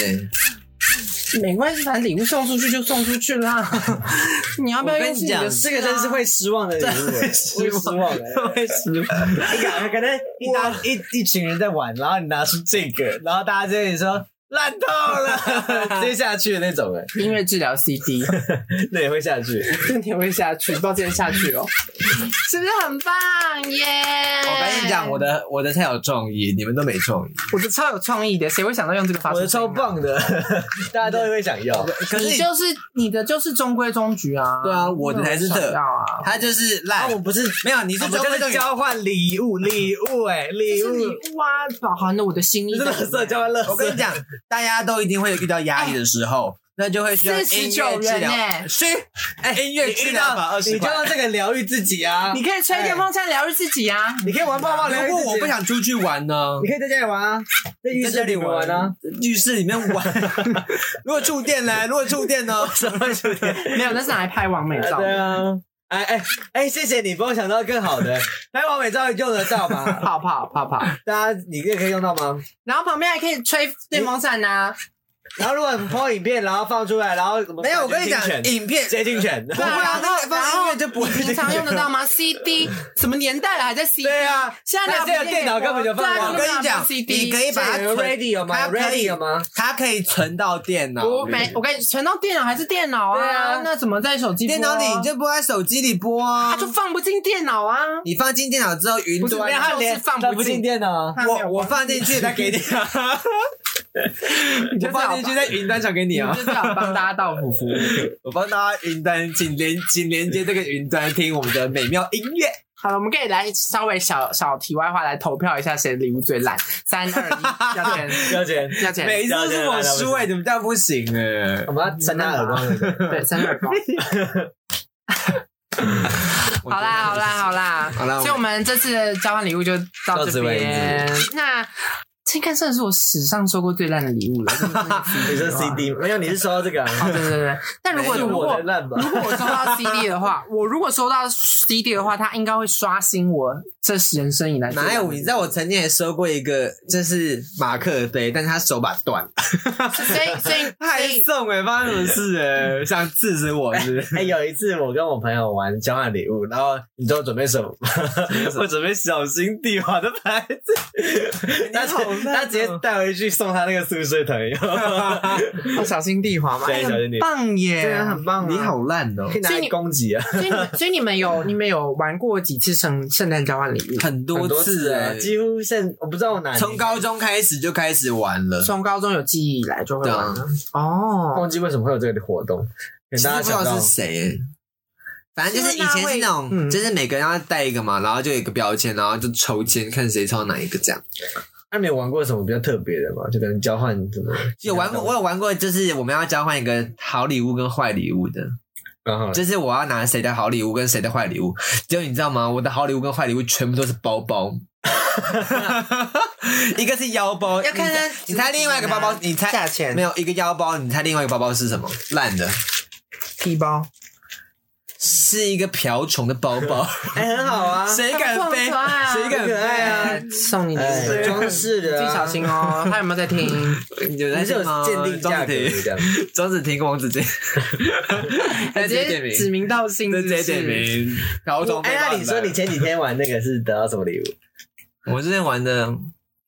Speaker 1: 没关系，反正礼物送出去就送出去啦。 你要不要
Speaker 3: 我跟
Speaker 1: 用
Speaker 3: 你
Speaker 1: 是你
Speaker 3: 讲
Speaker 1: 的事啊
Speaker 2: 这个真是会失望的礼物，会失望哎的。
Speaker 1: 会失望。
Speaker 2: 可能一大一一群人在玩，然后你拿出这个，然后大家就会说。烂透 了，直接下去的那种哎，
Speaker 1: 音乐治疗 CD，
Speaker 2: 那也会下去。
Speaker 1: 今天会下去，抱歉下去哦，是不是很棒耶？
Speaker 3: 我跟你讲，我的我的才有中意，你们都没中意。
Speaker 1: 我的超有创意的，谁会想到用这个发出
Speaker 2: 我
Speaker 1: 声音啊
Speaker 2: 的超棒的， 大家都会想要。
Speaker 3: 哦可
Speaker 1: 你
Speaker 3: 是
Speaker 1: 就是你的就是中规中矩啊，
Speaker 3: 对啊我的才是
Speaker 1: 没有人想要啊，
Speaker 3: 他就是
Speaker 2: 啊，
Speaker 3: 烂
Speaker 2: 我，不是，
Speaker 3: 没有你
Speaker 2: 你
Speaker 3: 是
Speaker 2: 是
Speaker 3: 中规中
Speaker 2: 是
Speaker 3: 矩。
Speaker 2: 交换礼物，礼物哎，礼
Speaker 1: 是
Speaker 2: 物，
Speaker 1: 礼物啊，饱含了我的心意
Speaker 2: 这
Speaker 1: 在里
Speaker 2: 垃
Speaker 1: 面。
Speaker 2: 圾交换垃圾。
Speaker 3: 我跟你讲，大家都一定会遇到压力的时候，那就会需要音乐
Speaker 1: 49
Speaker 3: 治
Speaker 1: 人
Speaker 3: 疗
Speaker 1: 欸。
Speaker 3: 是，哎，音乐
Speaker 2: 你
Speaker 3: 治
Speaker 2: 遇
Speaker 3: 疗法
Speaker 2: 到
Speaker 3: 二
Speaker 2: 你
Speaker 3: 十
Speaker 2: 就
Speaker 3: 块。
Speaker 2: 用这个疗愈自己啊，
Speaker 1: 你可以吹电风扇疗愈自己啊，
Speaker 2: 你可以玩抱抱疗愈
Speaker 3: 如
Speaker 2: 自己啊
Speaker 3: 果我不，想出去玩呢？
Speaker 2: 你可以在家里玩啊，在浴室里面玩啊。，
Speaker 3: 浴室里面玩。啊 如果触电呢？如果触电呢？什么触电？
Speaker 1: 没有，那是拿来拍完美
Speaker 2: 啊
Speaker 1: 照。
Speaker 2: 对啊，哎哎哎，谢谢你帮我想到更好的， 拍完美照用得到吗？
Speaker 1: 泡泡泡泡，
Speaker 2: 大家你这个可以用到吗？
Speaker 1: 然后旁边还可以吹电风扇啊呐、
Speaker 2: 然后如果播影片，然后放出来，然后
Speaker 3: 没有，我跟你讲，
Speaker 2: 接
Speaker 3: 影片
Speaker 2: 近 权，
Speaker 1: 对啊，然
Speaker 3: 那
Speaker 1: 后
Speaker 3: 个放音乐
Speaker 1: 然
Speaker 3: 就不
Speaker 1: 后
Speaker 3: 会
Speaker 1: 你平常用得到吗？CD 什么年代了还在 CD？
Speaker 2: 对啊，
Speaker 1: 现在
Speaker 2: 那
Speaker 1: 拿
Speaker 2: 这个电脑根本就放不了
Speaker 1: 对啊
Speaker 3: 我跟你讲，
Speaker 1: CD
Speaker 3: 你可以把它
Speaker 2: 有
Speaker 3: 存啊
Speaker 2: radio 吗？
Speaker 3: 它
Speaker 2: 有
Speaker 3: 可以
Speaker 2: radio 吗？
Speaker 3: 它可以存到啊电脑
Speaker 1: 我
Speaker 3: 里，
Speaker 1: 哦没，我跟你存到电脑还是电脑啊？
Speaker 2: 对啊
Speaker 1: 那怎么在手机播
Speaker 3: 电脑里你就播在手机里播啊
Speaker 1: 它。就放不进电脑啊？
Speaker 3: 你放进电脑之后，云
Speaker 1: 不是
Speaker 3: 端啊
Speaker 1: 没有它
Speaker 2: 他连
Speaker 1: 就是放不进
Speaker 2: 不进电 脑，啊
Speaker 1: 它没有
Speaker 3: 我我放进去，再给你，啊
Speaker 1: 你
Speaker 3: 我放进去在云端传给你啊
Speaker 1: 你就。是要帮大家到府服务。
Speaker 3: 我帮大家云端，请连请连接这个云端，听我们的美妙音乐。
Speaker 1: 好了，我们可以来稍微小小题外话来投票一下，谁礼物最烂？三二一，要 钱，
Speaker 2: 要钱，
Speaker 1: 要钱，
Speaker 3: 每一次都是我输哎，怎么这样不行哎
Speaker 2: 我？们要扇他耳光那个。
Speaker 1: 对，三二一。好啦，好啦，好啦，
Speaker 3: 好啦
Speaker 1: 所以我们这次的交换礼物就到
Speaker 3: 到此
Speaker 1: 这
Speaker 3: 为
Speaker 1: 边。那这应该算是我史上收过最烂的礼物了。
Speaker 2: 你说 CD 没有？你是收到这个啊？
Speaker 1: 哦，对对对。但如果
Speaker 2: 是
Speaker 1: 如
Speaker 2: 我
Speaker 1: 果
Speaker 2: 的烂吧？
Speaker 1: 如果我收到 CD 的话， 我如果收到 CD 的话，它应该会刷新我这人生以来最烂
Speaker 3: 哪
Speaker 1: 的
Speaker 3: 有？你知道我曾经也收过一个，就是马克杯，但是他手把断了，
Speaker 1: 所以所以
Speaker 3: 他还送哎，发生什么事哎？想刺死我是不 是？
Speaker 2: 哎，有一次我跟我朋友玩交换礼物，然后你知道我准备什么吗？ 我准备小心帝华的牌子，他直
Speaker 3: 好烂哦
Speaker 2: 他直接带回去送他那个宿舍 朋友，
Speaker 1: 哦小心地滑嘛，
Speaker 2: 对
Speaker 1: 哎
Speaker 2: 小心
Speaker 1: 很
Speaker 2: 地
Speaker 1: 棒耶，
Speaker 2: 真的很棒啊
Speaker 3: 你好烂哦
Speaker 2: 可以，拿
Speaker 1: 所以
Speaker 2: 来
Speaker 1: 你
Speaker 2: 攻击啊，
Speaker 1: 所以你们，所以你们有你们有玩过几次圣圣诞交换礼物？
Speaker 3: 很多
Speaker 2: 很多
Speaker 3: 次
Speaker 2: 啊，
Speaker 3: 哎，
Speaker 2: 几乎现我不知道我哪年
Speaker 3: 从高中开始就开始玩了。
Speaker 1: 从高中有记忆以来就会玩了。哦，
Speaker 2: 忘记为什么会有这个活动，可能
Speaker 3: 其实
Speaker 2: 大家
Speaker 3: 不知
Speaker 2: 想
Speaker 3: 道
Speaker 2: 到嗯
Speaker 3: 是谁。反正就是以前是那
Speaker 1: 因为大家
Speaker 3: 种，
Speaker 1: 会
Speaker 3: 就是每个人要带一个嘛，然后就有一个标签，然后就抽签看谁抽哪一个这样。
Speaker 2: 那你有玩过什么比较特别的吗？就可能交换什么？
Speaker 3: 有玩过，我有玩过，就是我们要交换一个好礼物跟坏礼物的，
Speaker 2: 嗯然后
Speaker 3: 就是我要拿谁的好礼物跟谁的坏礼物。结果你知道吗？我的好礼物跟坏礼物全部都是包包， 一个是腰包，
Speaker 1: 要看看
Speaker 3: 你猜另外一个包包，你猜
Speaker 1: 价钱
Speaker 3: 没有一个腰包，你猜另外一个包包是什么？烂的，
Speaker 1: 皮包，
Speaker 3: 是一个瓢虫的包包，
Speaker 2: 哎，很好啊，
Speaker 3: 谁敢
Speaker 1: 好
Speaker 3: 背？
Speaker 1: 可爱啊
Speaker 3: 谁敢
Speaker 2: 很可爱
Speaker 3: 背？
Speaker 2: 啊，
Speaker 1: 送你
Speaker 2: 哎
Speaker 1: 的
Speaker 2: 装饰
Speaker 1: 自
Speaker 2: 的
Speaker 1: 己
Speaker 2: 啊
Speaker 1: 小心哦。他有没有在 听？
Speaker 3: 有
Speaker 2: 还
Speaker 3: 在
Speaker 2: 是有
Speaker 3: 听吗？
Speaker 2: 鉴定价
Speaker 3: 庄
Speaker 2: 格
Speaker 3: 子
Speaker 2: 这
Speaker 3: 婷，
Speaker 2: 样。
Speaker 3: 庄子婷跟王子健，
Speaker 1: 直
Speaker 3: 直接
Speaker 1: 接
Speaker 3: 点
Speaker 1: 指
Speaker 3: 名，
Speaker 1: 名道姓，
Speaker 3: 直接点名。高中
Speaker 2: 哎，那你说你前几天玩那个是得到什么 礼物？
Speaker 3: 我之前玩的，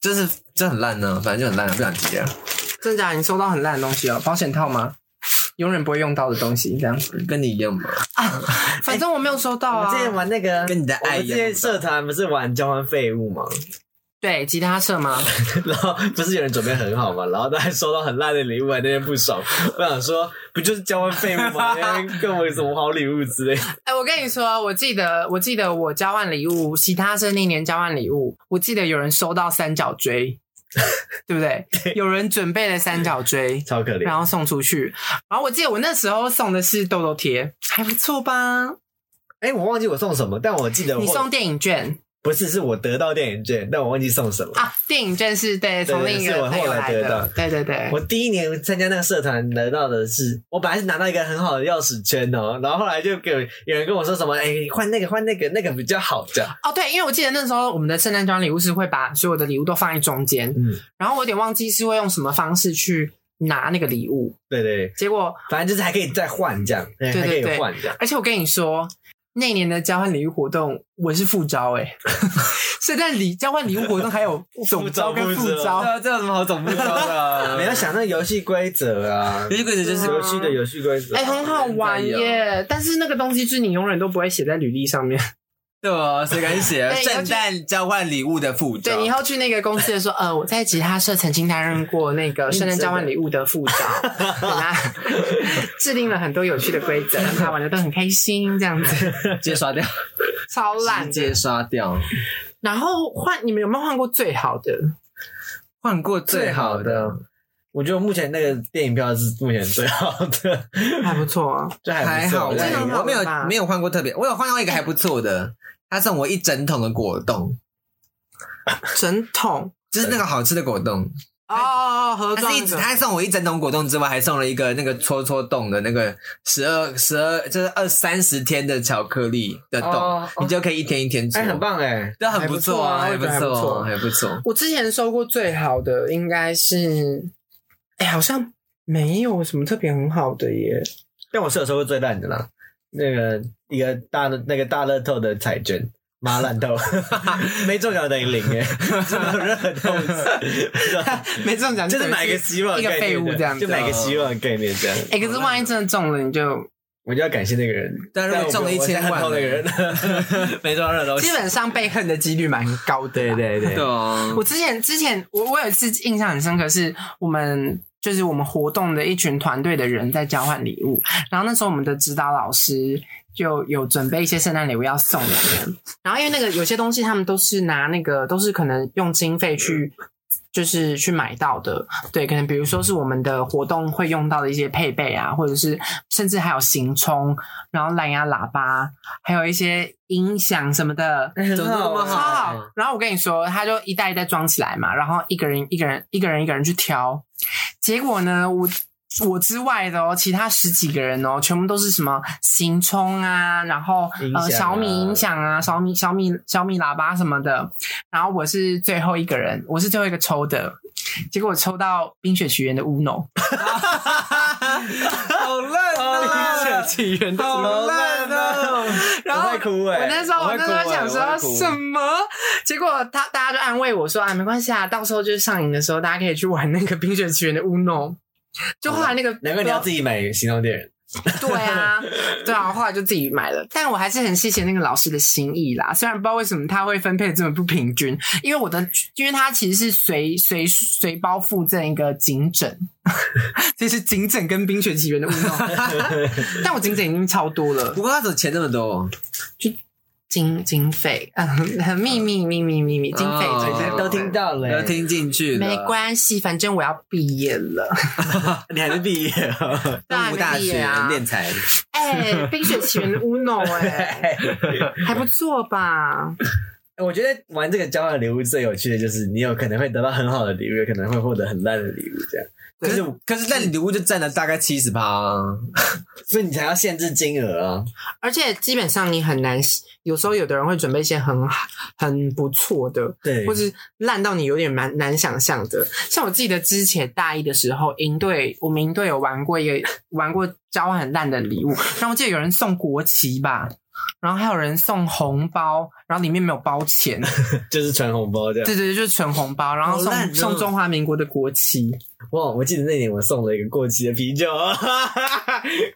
Speaker 3: 就是就很烂呢，反正就很烂，不想提了。
Speaker 1: 真假？你收到很烂的东西哦，保险套吗？永远不会用到的东西，这样。
Speaker 3: 跟你一样嘛，
Speaker 1: 反哎正我没有收到
Speaker 2: 我
Speaker 1: 啊
Speaker 2: 们之。前玩那个，
Speaker 3: 跟你的
Speaker 2: 我
Speaker 3: 爱
Speaker 2: 们
Speaker 3: 一
Speaker 2: 之
Speaker 3: 样
Speaker 2: 前。社团不是玩交换废物吗？
Speaker 1: 对，吉他社吗？
Speaker 2: 然后不是有人准备很好嘛，然后他还收到很烂的礼物，还在那边不爽。我想说，不就是交换废物 吗？那边跟我有什么好礼物之类的？
Speaker 1: 哎、我跟你说，我记得，我记得我交换礼物，其他是那年交换礼物，我记得有人收到三角锥，对不 对？有人准备了三角锥，
Speaker 2: 超可怜
Speaker 1: 然。后送出去。然后我记得我那时候送的是痘痘贴，还不错吧？
Speaker 2: 哎，我忘记我送什么，但我记得我
Speaker 1: 你送电影券
Speaker 2: 不是是我得到电影券，但我忘记送什么。
Speaker 1: 啊？电影券是对，
Speaker 2: 对
Speaker 1: 从另一
Speaker 2: 是
Speaker 1: 个
Speaker 2: 我
Speaker 1: 朋友
Speaker 2: 后来
Speaker 1: 来
Speaker 2: 得
Speaker 1: 的
Speaker 2: 到，
Speaker 1: 对对对。
Speaker 2: 我第一年参加那个社团得到的是，我本来是拿到一个很好的钥匙圈哦，然后后来就给我有人跟我说什么，哎、换那个换那个，那个比较好这样。
Speaker 1: 哦，对，因为我记得那时候我们的圣诞装礼物是会把所有的礼物都放在中间，
Speaker 2: 嗯，
Speaker 1: 然后我有点忘记是会用什么方式去拿那个礼物，
Speaker 2: 对对，
Speaker 1: 结果
Speaker 2: 反正就是还可以再换这样，对
Speaker 1: 对
Speaker 2: 还可
Speaker 1: 对
Speaker 2: 以换这样。
Speaker 1: 而且我跟你说，那年的交换礼物活动，我是副招哎、欸， 所以在礼交换礼物活动还有总招跟副
Speaker 2: 副
Speaker 1: 招
Speaker 2: 招，
Speaker 3: 啊，这有什么好总不招的？
Speaker 2: 啊没有想到游戏规则 啊
Speaker 3: 游，戏规则就是
Speaker 2: 游戏的游戏规则，
Speaker 1: 哎、很好玩耶！但是那个东西就是你永远都不会写在履历上面。
Speaker 3: 对哦，谁敢写
Speaker 1: 对
Speaker 3: 圣诞交换礼物的副招？
Speaker 1: 对你以后去那个公司的时候，呃，我在吉他社曾经担任过那个圣诞交换礼物嗯的副招， 给他制定了很多有趣的规则，让他玩的都很开心，这样子
Speaker 3: 直接刷掉，
Speaker 1: 超烂
Speaker 3: 直接
Speaker 1: 的。
Speaker 3: 刷掉。
Speaker 1: 然后换你们有没有换过最好的？
Speaker 3: 换过最好的，。
Speaker 2: 我觉得目前那个电影票是目前最好的，
Speaker 1: 还不错啊，
Speaker 2: 就还
Speaker 3: 还
Speaker 2: 不错
Speaker 3: 好，我
Speaker 1: 这个很好
Speaker 3: 我没有
Speaker 1: 吧
Speaker 3: 没有换过特别，我有换到一个还不错的，他送我一整桶的果冻，
Speaker 1: 整桶
Speaker 3: 就是那个好吃的果冻。
Speaker 1: 哦，盒
Speaker 3: 他
Speaker 1: 装
Speaker 3: 是一
Speaker 1: 那
Speaker 3: 直，
Speaker 1: 个
Speaker 3: 他送我一整桶果冻之外，还送了一个那个戳戳洞的那个十二十二，就是二三十天的巧克力的洞，
Speaker 2: 哦哦
Speaker 3: 你就可以一天一天吃。
Speaker 2: 哎，很，棒哎，
Speaker 3: 这很不错啊，
Speaker 1: 还
Speaker 3: 还
Speaker 1: 不
Speaker 3: 不
Speaker 1: 错啊
Speaker 3: 错，
Speaker 1: 我觉
Speaker 3: 还不错。
Speaker 1: 我之前收过最好的应该是，哎、好像没有什么特别很好的耶。
Speaker 2: 但我是有收过最烂的啦，那个一个大的那个大乐透的彩券，妈烂透， 没中奖等于零 哎，真的有任何东西， 不知道
Speaker 1: 没中奖
Speaker 2: 就是买个希望
Speaker 1: 一个
Speaker 2: 概
Speaker 1: 废
Speaker 2: 念
Speaker 1: 物
Speaker 2: 的
Speaker 1: 这样子哦
Speaker 2: 就。买个希望概念这样。
Speaker 1: 哎、可是万一真的中了，你就
Speaker 2: 我就要感谢那个人，
Speaker 3: 但如果
Speaker 2: 我
Speaker 3: 中了一千
Speaker 2: 我现
Speaker 3: 万
Speaker 2: 在恨透那个人， 没中任何东西
Speaker 1: 基。本上被恨的几率蛮高的啦。
Speaker 2: 哦对对对，
Speaker 3: 啊
Speaker 1: 我之前之前我我有一次印象很深刻，是我们就是我们活动的一群团队的人在交换礼物，然后那时候我们的指导老师就有准备一些圣诞礼物要送我们，然后因为那个有些东西他们都是拿那个都是可能用经费去。就是去买到的，对，可能比如说是我们的活动会用到的一些配备啊，或者是甚至还有行充，然后蓝牙喇叭，还有一些音响什么的，
Speaker 2: 怎
Speaker 3: 么那
Speaker 1: 超
Speaker 3: 么
Speaker 2: 嗯
Speaker 1: 好。然后我跟你说，他就一袋一袋装起来嘛，然后一个人一个人一个人一个人去挑，结果呢，我。我之外的哦，其他十几个人哦，全部都是什么行充啊，然后
Speaker 2: 音响啊
Speaker 1: 呃小米音响啊，小米小米小米喇叭什么的。然后我是最后一个人，我是最后一个抽的，结果我抽到《冰雪奇缘》的 Uno，
Speaker 3: 好烂 啊！
Speaker 1: 奇缘》
Speaker 3: 好烂啊！
Speaker 1: 然后
Speaker 2: 我会哭欸
Speaker 1: 我那时候
Speaker 2: 我
Speaker 1: 我
Speaker 2: 会
Speaker 1: 那时
Speaker 2: 哭
Speaker 1: 候想
Speaker 2: 欸我
Speaker 1: 说
Speaker 2: 会哭
Speaker 1: 什么？结果他大家就安慰我说啊，没关系啊，到时候就是上瘾的时候，大家可以去玩那个《冰雪奇缘》的 Uno。就后来那个，
Speaker 2: 哦难怪你要自己买行动电源，
Speaker 1: 对啊，对啊，我后来就自己买了。但我还是很谢谢那个老师的心意啦，虽然不知道为什么他会分配得这么不平均，因为我的，因为他其实是随随随包附赠一个颈枕， 这是颈枕跟《冰雪奇缘》的 Uno，但 我颈枕已经超多了
Speaker 3: 不。过他怎么钱那么多？
Speaker 1: 经经费，嗯，很秘密秘密秘密经费，
Speaker 3: 哦
Speaker 1: 这
Speaker 2: 所
Speaker 1: 些
Speaker 2: 以都听到了，
Speaker 3: 要，听欸进去了
Speaker 1: 没关系，啊反正我要毕业了。
Speaker 2: 你还是毕 业了，
Speaker 3: 东吴大学
Speaker 1: 啊，
Speaker 3: 练才，
Speaker 1: 哎，《冰雪奇缘》的 Uno 哎，还不错吧？
Speaker 2: 我觉得玩这个交换礼物最有趣的就是，你有可能会得到很好的礼物，有可能会获得很烂的礼物，这样。
Speaker 3: 可是可是那礼物就占了大概七十趴，
Speaker 2: 啊 所以你才要限制金额啊！
Speaker 1: 而且基本上你很难，有时候有的人会准备一些很好、很不错的，
Speaker 2: 对
Speaker 1: 或是烂到你有点蛮难想象的。像我记得之前大一的时候，营队我们营队有玩过一个玩过交换很烂的礼物，然后我记得有人送国旗吧，然后还有人送红包，然后里面没有包钱，
Speaker 2: 就是传红包这样。
Speaker 1: 对对对，就是纯红包，然后
Speaker 3: 好烂
Speaker 1: 送
Speaker 3: 哦
Speaker 1: 送中华民国的国旗，
Speaker 2: 哇！我记得那年我送了一个过期的啤酒， 尴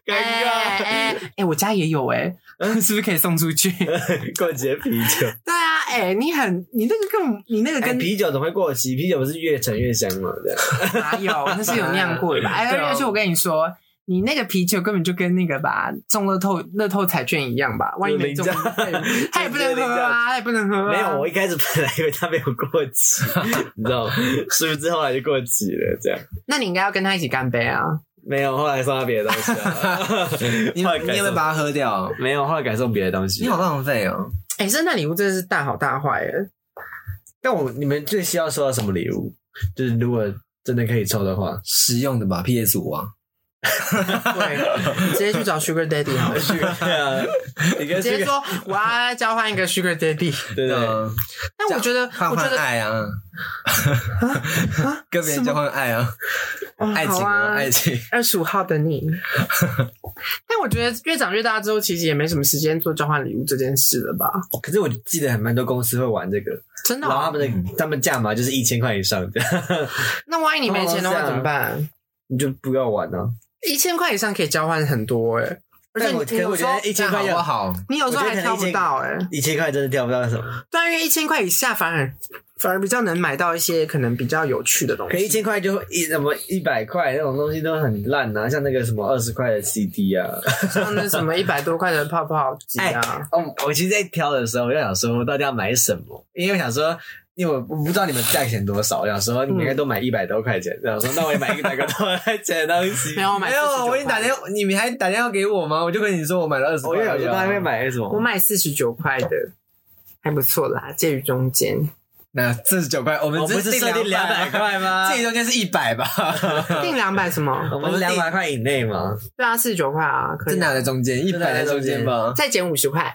Speaker 2: 尬，
Speaker 1: 哎哎哎，我家也有哎、是不是可以送出 去？对
Speaker 2: 过期的啤酒。
Speaker 1: 啊，哎、你很你那个跟你那个
Speaker 2: 哎，
Speaker 1: 跟
Speaker 2: 啤酒怎么会过期？啤酒不是越陈越香吗？这样。
Speaker 1: 哪有？那是有酿过的吧？哎，
Speaker 3: 对啊
Speaker 1: 而且我跟你说，你那个啤酒根本就跟那个吧中乐透乐透彩券一样吧？万一没中
Speaker 2: 有零，
Speaker 1: 他也不能喝啊，他也不能喝、啊。
Speaker 2: 没有，我一开始本来以为它没有过期，你知道吗？殊不知后来就过期了，这样。
Speaker 1: 那你应该要跟他一起干杯啊！
Speaker 2: 没有，后来送他别的东西啊。
Speaker 3: 你你
Speaker 2: 后来
Speaker 3: 有没
Speaker 2: 改
Speaker 3: 有
Speaker 2: 送
Speaker 3: 把它喝掉？
Speaker 2: 没有，后来改送别的东西
Speaker 3: 你。好浪费哦！
Speaker 1: 哎、圣诞礼物真的是大好大坏哎！
Speaker 2: 但我你们最希望收到什么礼物？就是如果真的可以抽的话，
Speaker 3: 实用的吧，PS 五啊，
Speaker 1: 对，你直接去找 Sugar Daddy 好了，
Speaker 2: 对啊，你跟
Speaker 1: 直接
Speaker 2: Sugar-
Speaker 1: 说我要交换一个 Sugar Daddy。
Speaker 2: 对对对，
Speaker 3: 嗯
Speaker 1: 但我觉得，
Speaker 3: 换
Speaker 1: 我觉
Speaker 3: 换
Speaker 1: 得啊
Speaker 3: 爱啊，跟别人交换爱啊，
Speaker 1: 嗯
Speaker 3: 爱
Speaker 1: 好
Speaker 3: 情
Speaker 1: 啊
Speaker 3: 啊，，爱情。
Speaker 1: 二十五号的你。 但我觉得越长越大之后，其实也没什么时间做交换礼物这件事了吧？
Speaker 2: 可是我记得很蛮多公司会玩这个，
Speaker 1: 真的
Speaker 2: 然后他
Speaker 1: 哦、
Speaker 2: 们的他们价码就是一千块以上的，
Speaker 1: 那万一你没钱的
Speaker 2: 哦
Speaker 1: 话
Speaker 2: 是啊
Speaker 1: 怎么办？
Speaker 2: 你就不要玩啊。
Speaker 1: 一千块以上可以交换很多哎、而且
Speaker 2: 但我
Speaker 1: 你
Speaker 2: 可是
Speaker 1: 有
Speaker 2: 我
Speaker 1: 时
Speaker 2: 觉
Speaker 1: 候
Speaker 2: 得一
Speaker 3: 这
Speaker 2: 千
Speaker 3: 样好
Speaker 2: 块
Speaker 3: 不
Speaker 2: 要
Speaker 3: 好？
Speaker 1: 你有时候
Speaker 2: 我
Speaker 1: 还
Speaker 2: 觉得可
Speaker 1: 挑
Speaker 2: 能
Speaker 1: 不到哎、
Speaker 2: 一千块真的挑不到什么，
Speaker 1: 对啊，因为一千块以下反而反而比较能买到一些可能比较有趣的东
Speaker 2: 可一
Speaker 1: 西。
Speaker 2: 千块就会一什么一百块那种东西都很烂啊，像那个什么二十块的 CD 啊。
Speaker 1: 像那什么一百多块的泡泡机啊，
Speaker 2: 哦，我其实在挑的时候，我就想说我到底要买什么，因为我想说。因为我不知道你们价钱多少，我想说你们应该都买一百多块钱，然后说那我也买一 百多块钱的东西。
Speaker 1: 没有我买
Speaker 3: 没有啊，
Speaker 1: 49
Speaker 3: 我给你打电话，你们还打电话给我吗？我就跟你说我买了二十
Speaker 2: 我
Speaker 3: 块
Speaker 2: 又
Speaker 3: 而已啊，
Speaker 2: 想说他会买哎什么？
Speaker 1: 我买四十九块的，还不错啦，介于中 间。
Speaker 3: 那四十九块，我们
Speaker 2: 我
Speaker 3: 只
Speaker 2: 不是设定两百
Speaker 3: 200吗，
Speaker 2: 块吗
Speaker 3: 这？里中间是一百吧？
Speaker 1: 定两百什么？
Speaker 2: 我们两百块以内嘛，
Speaker 1: 对啊，四十九块啊，可
Speaker 3: 这
Speaker 1: 以啊
Speaker 3: 哪在中间？一百在中间吧？
Speaker 1: 再减五十 块，啊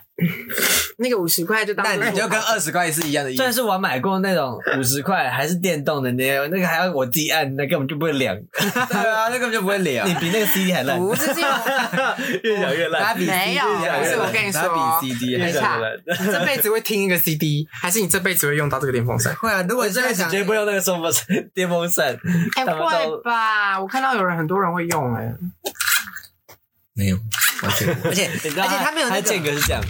Speaker 1: 那个五十块就当
Speaker 3: 那你就跟二十块是一样的意
Speaker 2: 虽然
Speaker 3: 思。
Speaker 2: 是我买过那种五十块还是电动的那个那个还要我自己按，那根本就不会凉。
Speaker 3: 对啊，那根本就不会聊。
Speaker 2: 你比那个 CD 还烂，
Speaker 1: 不是这 种，
Speaker 2: 越讲越
Speaker 3: 他
Speaker 2: 烂，
Speaker 3: 比 CD
Speaker 1: 没有
Speaker 3: 还
Speaker 1: 不是我跟你说
Speaker 3: 他比 CD
Speaker 2: 越
Speaker 3: 还
Speaker 1: 等一下
Speaker 2: 讲越烂。
Speaker 1: 这辈子会听一个 CD，还是你这辈子会用到这个电风扇？
Speaker 3: 会啊。如果
Speaker 2: 这
Speaker 3: 真
Speaker 2: 个
Speaker 3: 的
Speaker 2: 直
Speaker 3: 想，
Speaker 2: 接不用那个什么电风扇，
Speaker 1: 哎、
Speaker 2: 他们都
Speaker 1: 会吧？我看到有人很多人会用、哎，
Speaker 3: 没有，完 全没有。而且
Speaker 2: 你知道
Speaker 3: 而且他没有那
Speaker 2: 它
Speaker 3: 个
Speaker 2: 间隔是这样，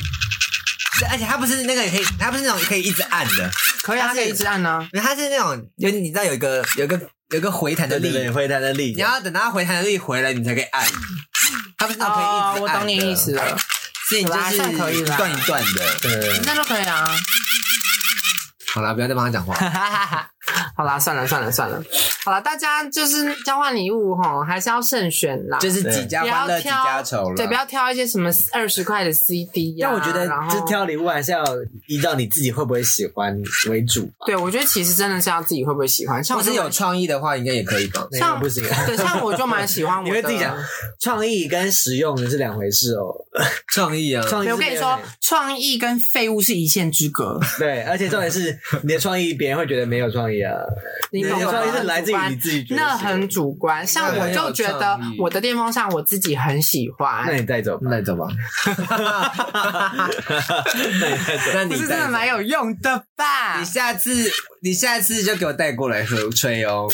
Speaker 3: 而且他不是那个可以，他不是那种可以一直按的，
Speaker 1: 可以啊，
Speaker 3: 它
Speaker 1: 可
Speaker 3: 是
Speaker 1: 以一直按呢、
Speaker 3: 他是那种有你知道有一个有一个有一个回弹的
Speaker 2: 对对
Speaker 3: 力
Speaker 2: 对，，回弹的力
Speaker 3: 你。要等他回弹的力回来，你才可以按。他不是那种可以一直按
Speaker 1: 哦
Speaker 3: 的，
Speaker 1: 我懂你意思了，
Speaker 3: 所以你就
Speaker 1: 有啦算可以
Speaker 3: 是一
Speaker 1: 啦
Speaker 3: 段一段的。
Speaker 2: 对，
Speaker 1: 那就可以啊。
Speaker 3: 好啦，不要再帮他讲话。
Speaker 1: 好啦，算了算了算了，好啦，大家就是交换礼物吼，还是要慎选啦，
Speaker 3: 就是几家
Speaker 1: 不
Speaker 3: 欢
Speaker 1: 要
Speaker 3: 乐几家
Speaker 1: 挑
Speaker 3: 愁了。
Speaker 1: 对，不要挑一些什么二十块的 CD 呀、
Speaker 2: 但我觉得
Speaker 1: 然后
Speaker 2: 这挑礼物还是要依照你自己会不会喜欢为主吧。
Speaker 1: 对，我觉得其实真的是要自己会不会喜欢，像
Speaker 3: 或
Speaker 1: 我就是
Speaker 3: 有创意的话，应该也可以吧？
Speaker 2: 那
Speaker 1: 像
Speaker 2: 个不行啊，
Speaker 1: 对，像我就蛮喜欢我的。
Speaker 2: 你会自己讲创意跟实用的是两回事哦。
Speaker 3: 创意啊，
Speaker 2: 创意
Speaker 1: 对，
Speaker 2: 是
Speaker 1: 我跟你
Speaker 2: 别人
Speaker 1: 说
Speaker 2: 的，
Speaker 1: 创意跟废物是一线之 隔，
Speaker 2: 对，而且重点是你的创意，别人会觉得没有创意啊。
Speaker 1: 你
Speaker 2: 的
Speaker 1: 懂吗？
Speaker 2: 创意是来自于
Speaker 1: 很
Speaker 2: 你
Speaker 1: 主
Speaker 2: 自己觉
Speaker 1: 观
Speaker 2: 得
Speaker 1: 那
Speaker 2: 喜欢
Speaker 1: 很主观。像我就觉得我的电风扇我自己很喜
Speaker 2: 那
Speaker 1: 欢，
Speaker 2: 你带走吧，
Speaker 3: 那你走吧。
Speaker 2: 那你带走。
Speaker 3: 那
Speaker 1: 啊不
Speaker 3: 你
Speaker 1: 是真
Speaker 3: 带
Speaker 1: 的蛮有用的吧
Speaker 3: 你？下次，你下次就给我带过来喝 吹哦。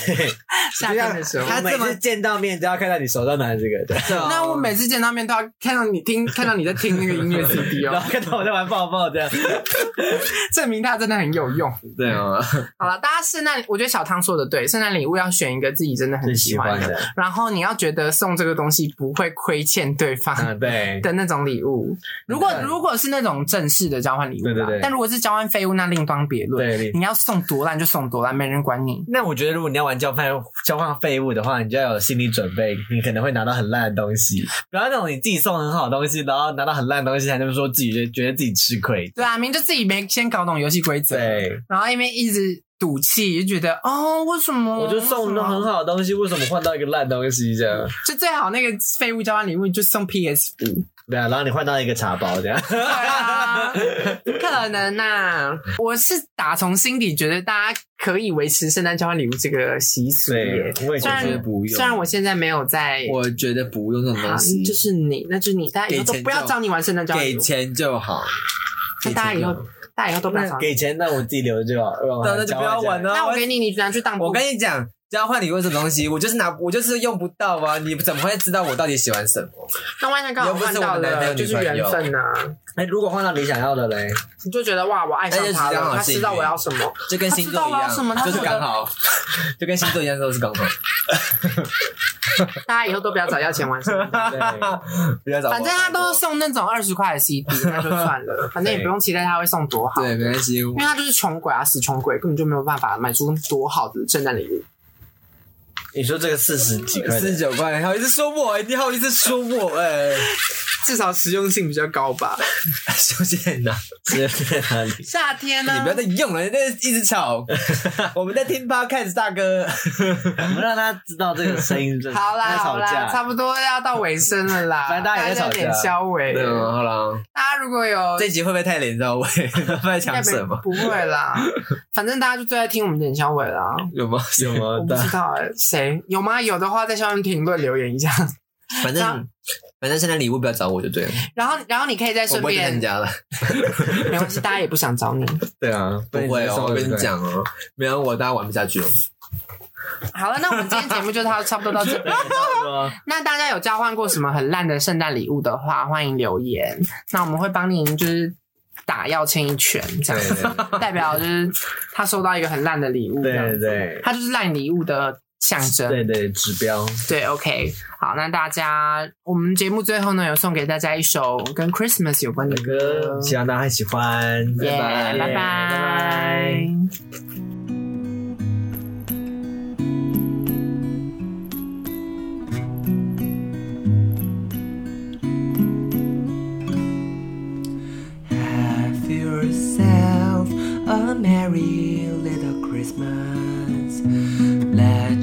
Speaker 1: 夏天的时候
Speaker 3: 就。
Speaker 2: 我
Speaker 3: 像他
Speaker 2: 每
Speaker 3: 这么
Speaker 2: 次见到面都要看到你手上拿着这个，对，
Speaker 3: 哦
Speaker 1: 那我每次见到面都要看到你听，看到你在听那个音乐 CD
Speaker 2: 然
Speaker 1: 哦，
Speaker 2: 后看到我在玩抱抱这样。
Speaker 1: 证明它真的很有用。
Speaker 3: 对啊，
Speaker 1: 好了，大家圣诞，我觉得小汤说的对，圣诞礼物要选一个自己真的很
Speaker 2: 很
Speaker 1: 喜
Speaker 2: 喜
Speaker 1: 欢
Speaker 2: 欢
Speaker 1: 的，
Speaker 2: 的，
Speaker 1: 然后你要觉得送这个东西不会亏欠对方，
Speaker 2: 嗯，对，
Speaker 1: 的那种礼物。如果
Speaker 2: 对
Speaker 1: 如果是那种正式的交换礼物啦，
Speaker 2: 对对对
Speaker 1: 但如果是交换废物，那另当别论。
Speaker 2: 对。
Speaker 1: 你要送多烂就送多烂，没人管你。
Speaker 2: 那我觉得，如果你要玩交换交换废物的话，你就要有心理准备，你可能会拿到很烂的东西。不要那种你自己送很好的东西，然后拿到很烂的东西，还能说自己觉得觉得自己吃亏。
Speaker 1: 对啊，明明就自己没先搞懂游戏规则，
Speaker 2: 对，
Speaker 1: 然后一边一直赌气，就觉得哦，为什么
Speaker 2: 我就送那很
Speaker 1: 好，
Speaker 2: 好的东西，为什么换到一个烂东西这样？
Speaker 1: 就最好那个废物交换礼物你就送 PS 五。
Speaker 2: 对啊，然后你换到一个茶包这样。
Speaker 1: 对啊，不可能呐、我是打从心底觉得大家可以维持圣诞交换礼物这个习俗耶
Speaker 2: 对，我也
Speaker 1: 虽
Speaker 2: 觉
Speaker 1: 然
Speaker 2: 得
Speaker 3: 不用
Speaker 1: 虽然我现在没有在
Speaker 3: 我觉得不用这种
Speaker 1: 好
Speaker 3: 东西，
Speaker 1: 嗯就是你，那就是你，大家以后都
Speaker 3: 给钱
Speaker 1: 不要
Speaker 3: 就
Speaker 1: 找你玩圣诞交换礼
Speaker 3: 给
Speaker 1: 物，
Speaker 3: 钱就好。
Speaker 1: 那大家以后，大家以后都不要找
Speaker 2: 那
Speaker 1: 你。
Speaker 2: 给钱，那我自己留着就好。
Speaker 3: 那那就不要玩
Speaker 2: 了。
Speaker 3: 了。
Speaker 1: 啊那我
Speaker 3: 跟
Speaker 1: 给你，你拿去当铺。
Speaker 3: 我跟你讲。交换礼物这种东西，我就是拿，我就是用不到啊！你怎么会知道我到底喜欢什么？
Speaker 1: 那万一刚好
Speaker 3: 又不
Speaker 1: 换
Speaker 3: 是
Speaker 1: 到
Speaker 3: 我男朋
Speaker 1: 了，
Speaker 3: 友
Speaker 1: 就是
Speaker 3: 女朋
Speaker 1: 缘
Speaker 3: 友
Speaker 1: 分呐、啊
Speaker 2: 哎，如果换到你想要的嘞，
Speaker 1: 你就觉得哇，我爱上
Speaker 3: 那就
Speaker 1: 他
Speaker 3: 是刚
Speaker 1: 了，
Speaker 3: 好
Speaker 1: 他
Speaker 3: 幸
Speaker 1: 知道
Speaker 3: 运
Speaker 1: 我要什么。
Speaker 3: 就跟星座一
Speaker 1: 他知道啊什么他
Speaker 3: 样，就是
Speaker 1: 我的
Speaker 3: 刚好，就跟星座一样，都是刚好。
Speaker 1: 大家以后都不要找要钱玩圣 诞交换礼
Speaker 2: 对
Speaker 3: 不要找
Speaker 1: 物，
Speaker 3: 我
Speaker 1: 反正他都送那种二十块的 CD，那就算了，反正也不用期待他会送多好，
Speaker 3: 对，没关系。
Speaker 1: 因为他就是穷鬼啊，死穷鬼，根本就没有办法买出多好的圣诞礼物。
Speaker 2: 你说这个四十几块的，
Speaker 3: 四十九块，你好意思说我、哎你好意思说我、哎，
Speaker 5: 至少实用性比较高吧。
Speaker 3: 修仙的，
Speaker 2: 是在哪里？
Speaker 1: 夏天呢、
Speaker 3: 你不要再用了，那一 直吵。我们在听 podcast，大哥。
Speaker 2: 我们让他知道这个声音是
Speaker 1: 好啦
Speaker 2: 在
Speaker 1: 好
Speaker 2: 吵
Speaker 1: 啦，差
Speaker 2: 架。
Speaker 1: 不多要到尾声了啦，
Speaker 2: 反正大家也在吵架啊
Speaker 1: 点消尾。
Speaker 3: 嗯，好了，
Speaker 1: 大家如果有
Speaker 3: 这集会不会太连到 位？不知道在讲什么？
Speaker 1: 不会 啦，反正大家就最爱听我们点消尾啦。
Speaker 3: 有吗？
Speaker 2: 有
Speaker 1: 我
Speaker 2: 吗？
Speaker 1: 不
Speaker 2: 大
Speaker 1: 知道哎、谁有吗？有的话在下面评论留言一下。
Speaker 3: 反正反正圣诞礼物不要找我就对了，
Speaker 1: 然后，然后你可以再
Speaker 3: 我
Speaker 1: 顺
Speaker 3: 不会去
Speaker 1: 便
Speaker 3: 参，加了。
Speaker 1: 没关系，大家也不想找你。
Speaker 2: 对啊，
Speaker 3: 不会哦，我
Speaker 2: 那直接送过去
Speaker 3: 跟你，讲哦，没有我大家玩不下去了。哦
Speaker 1: 好了，那我们今天节目就到差不多到这边。
Speaker 2: 是吗
Speaker 1: 那大家有交换过什么很烂的圣诞礼物的话，欢迎留言。那我们会帮您就是打要欠一拳，这样子代表就是他收到一个很烂的礼物，
Speaker 2: 对
Speaker 1: 这样
Speaker 2: 对
Speaker 1: 子
Speaker 2: 对
Speaker 1: 它就是烂礼物的象征。
Speaker 2: 对对，指标。
Speaker 1: 对，OK，好，那大家，我们节目最后呢，有送给大家一首跟 Christmas 有关的歌
Speaker 2: 哥，，希望大家喜欢，
Speaker 1: 耶，拜拜。
Speaker 2: 拜拜
Speaker 5: Have yourself a merry little Christmas. Let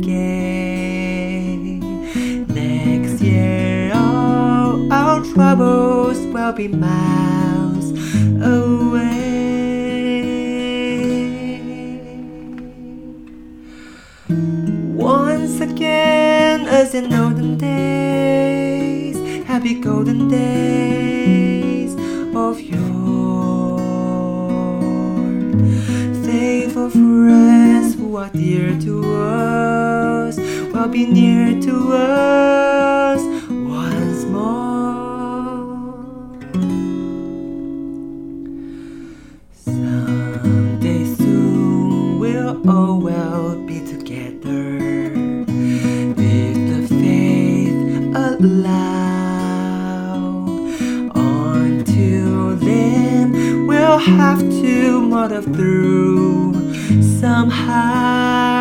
Speaker 5: gay. Next year, all our troubles will be miles away. Once again, as in olden days, happy golden days of yore. Faithful friends who are dear to us will be near to us once more. Someday soon we'll all well be together with the faith allowed. Until then, we'll have to muddle through somehow.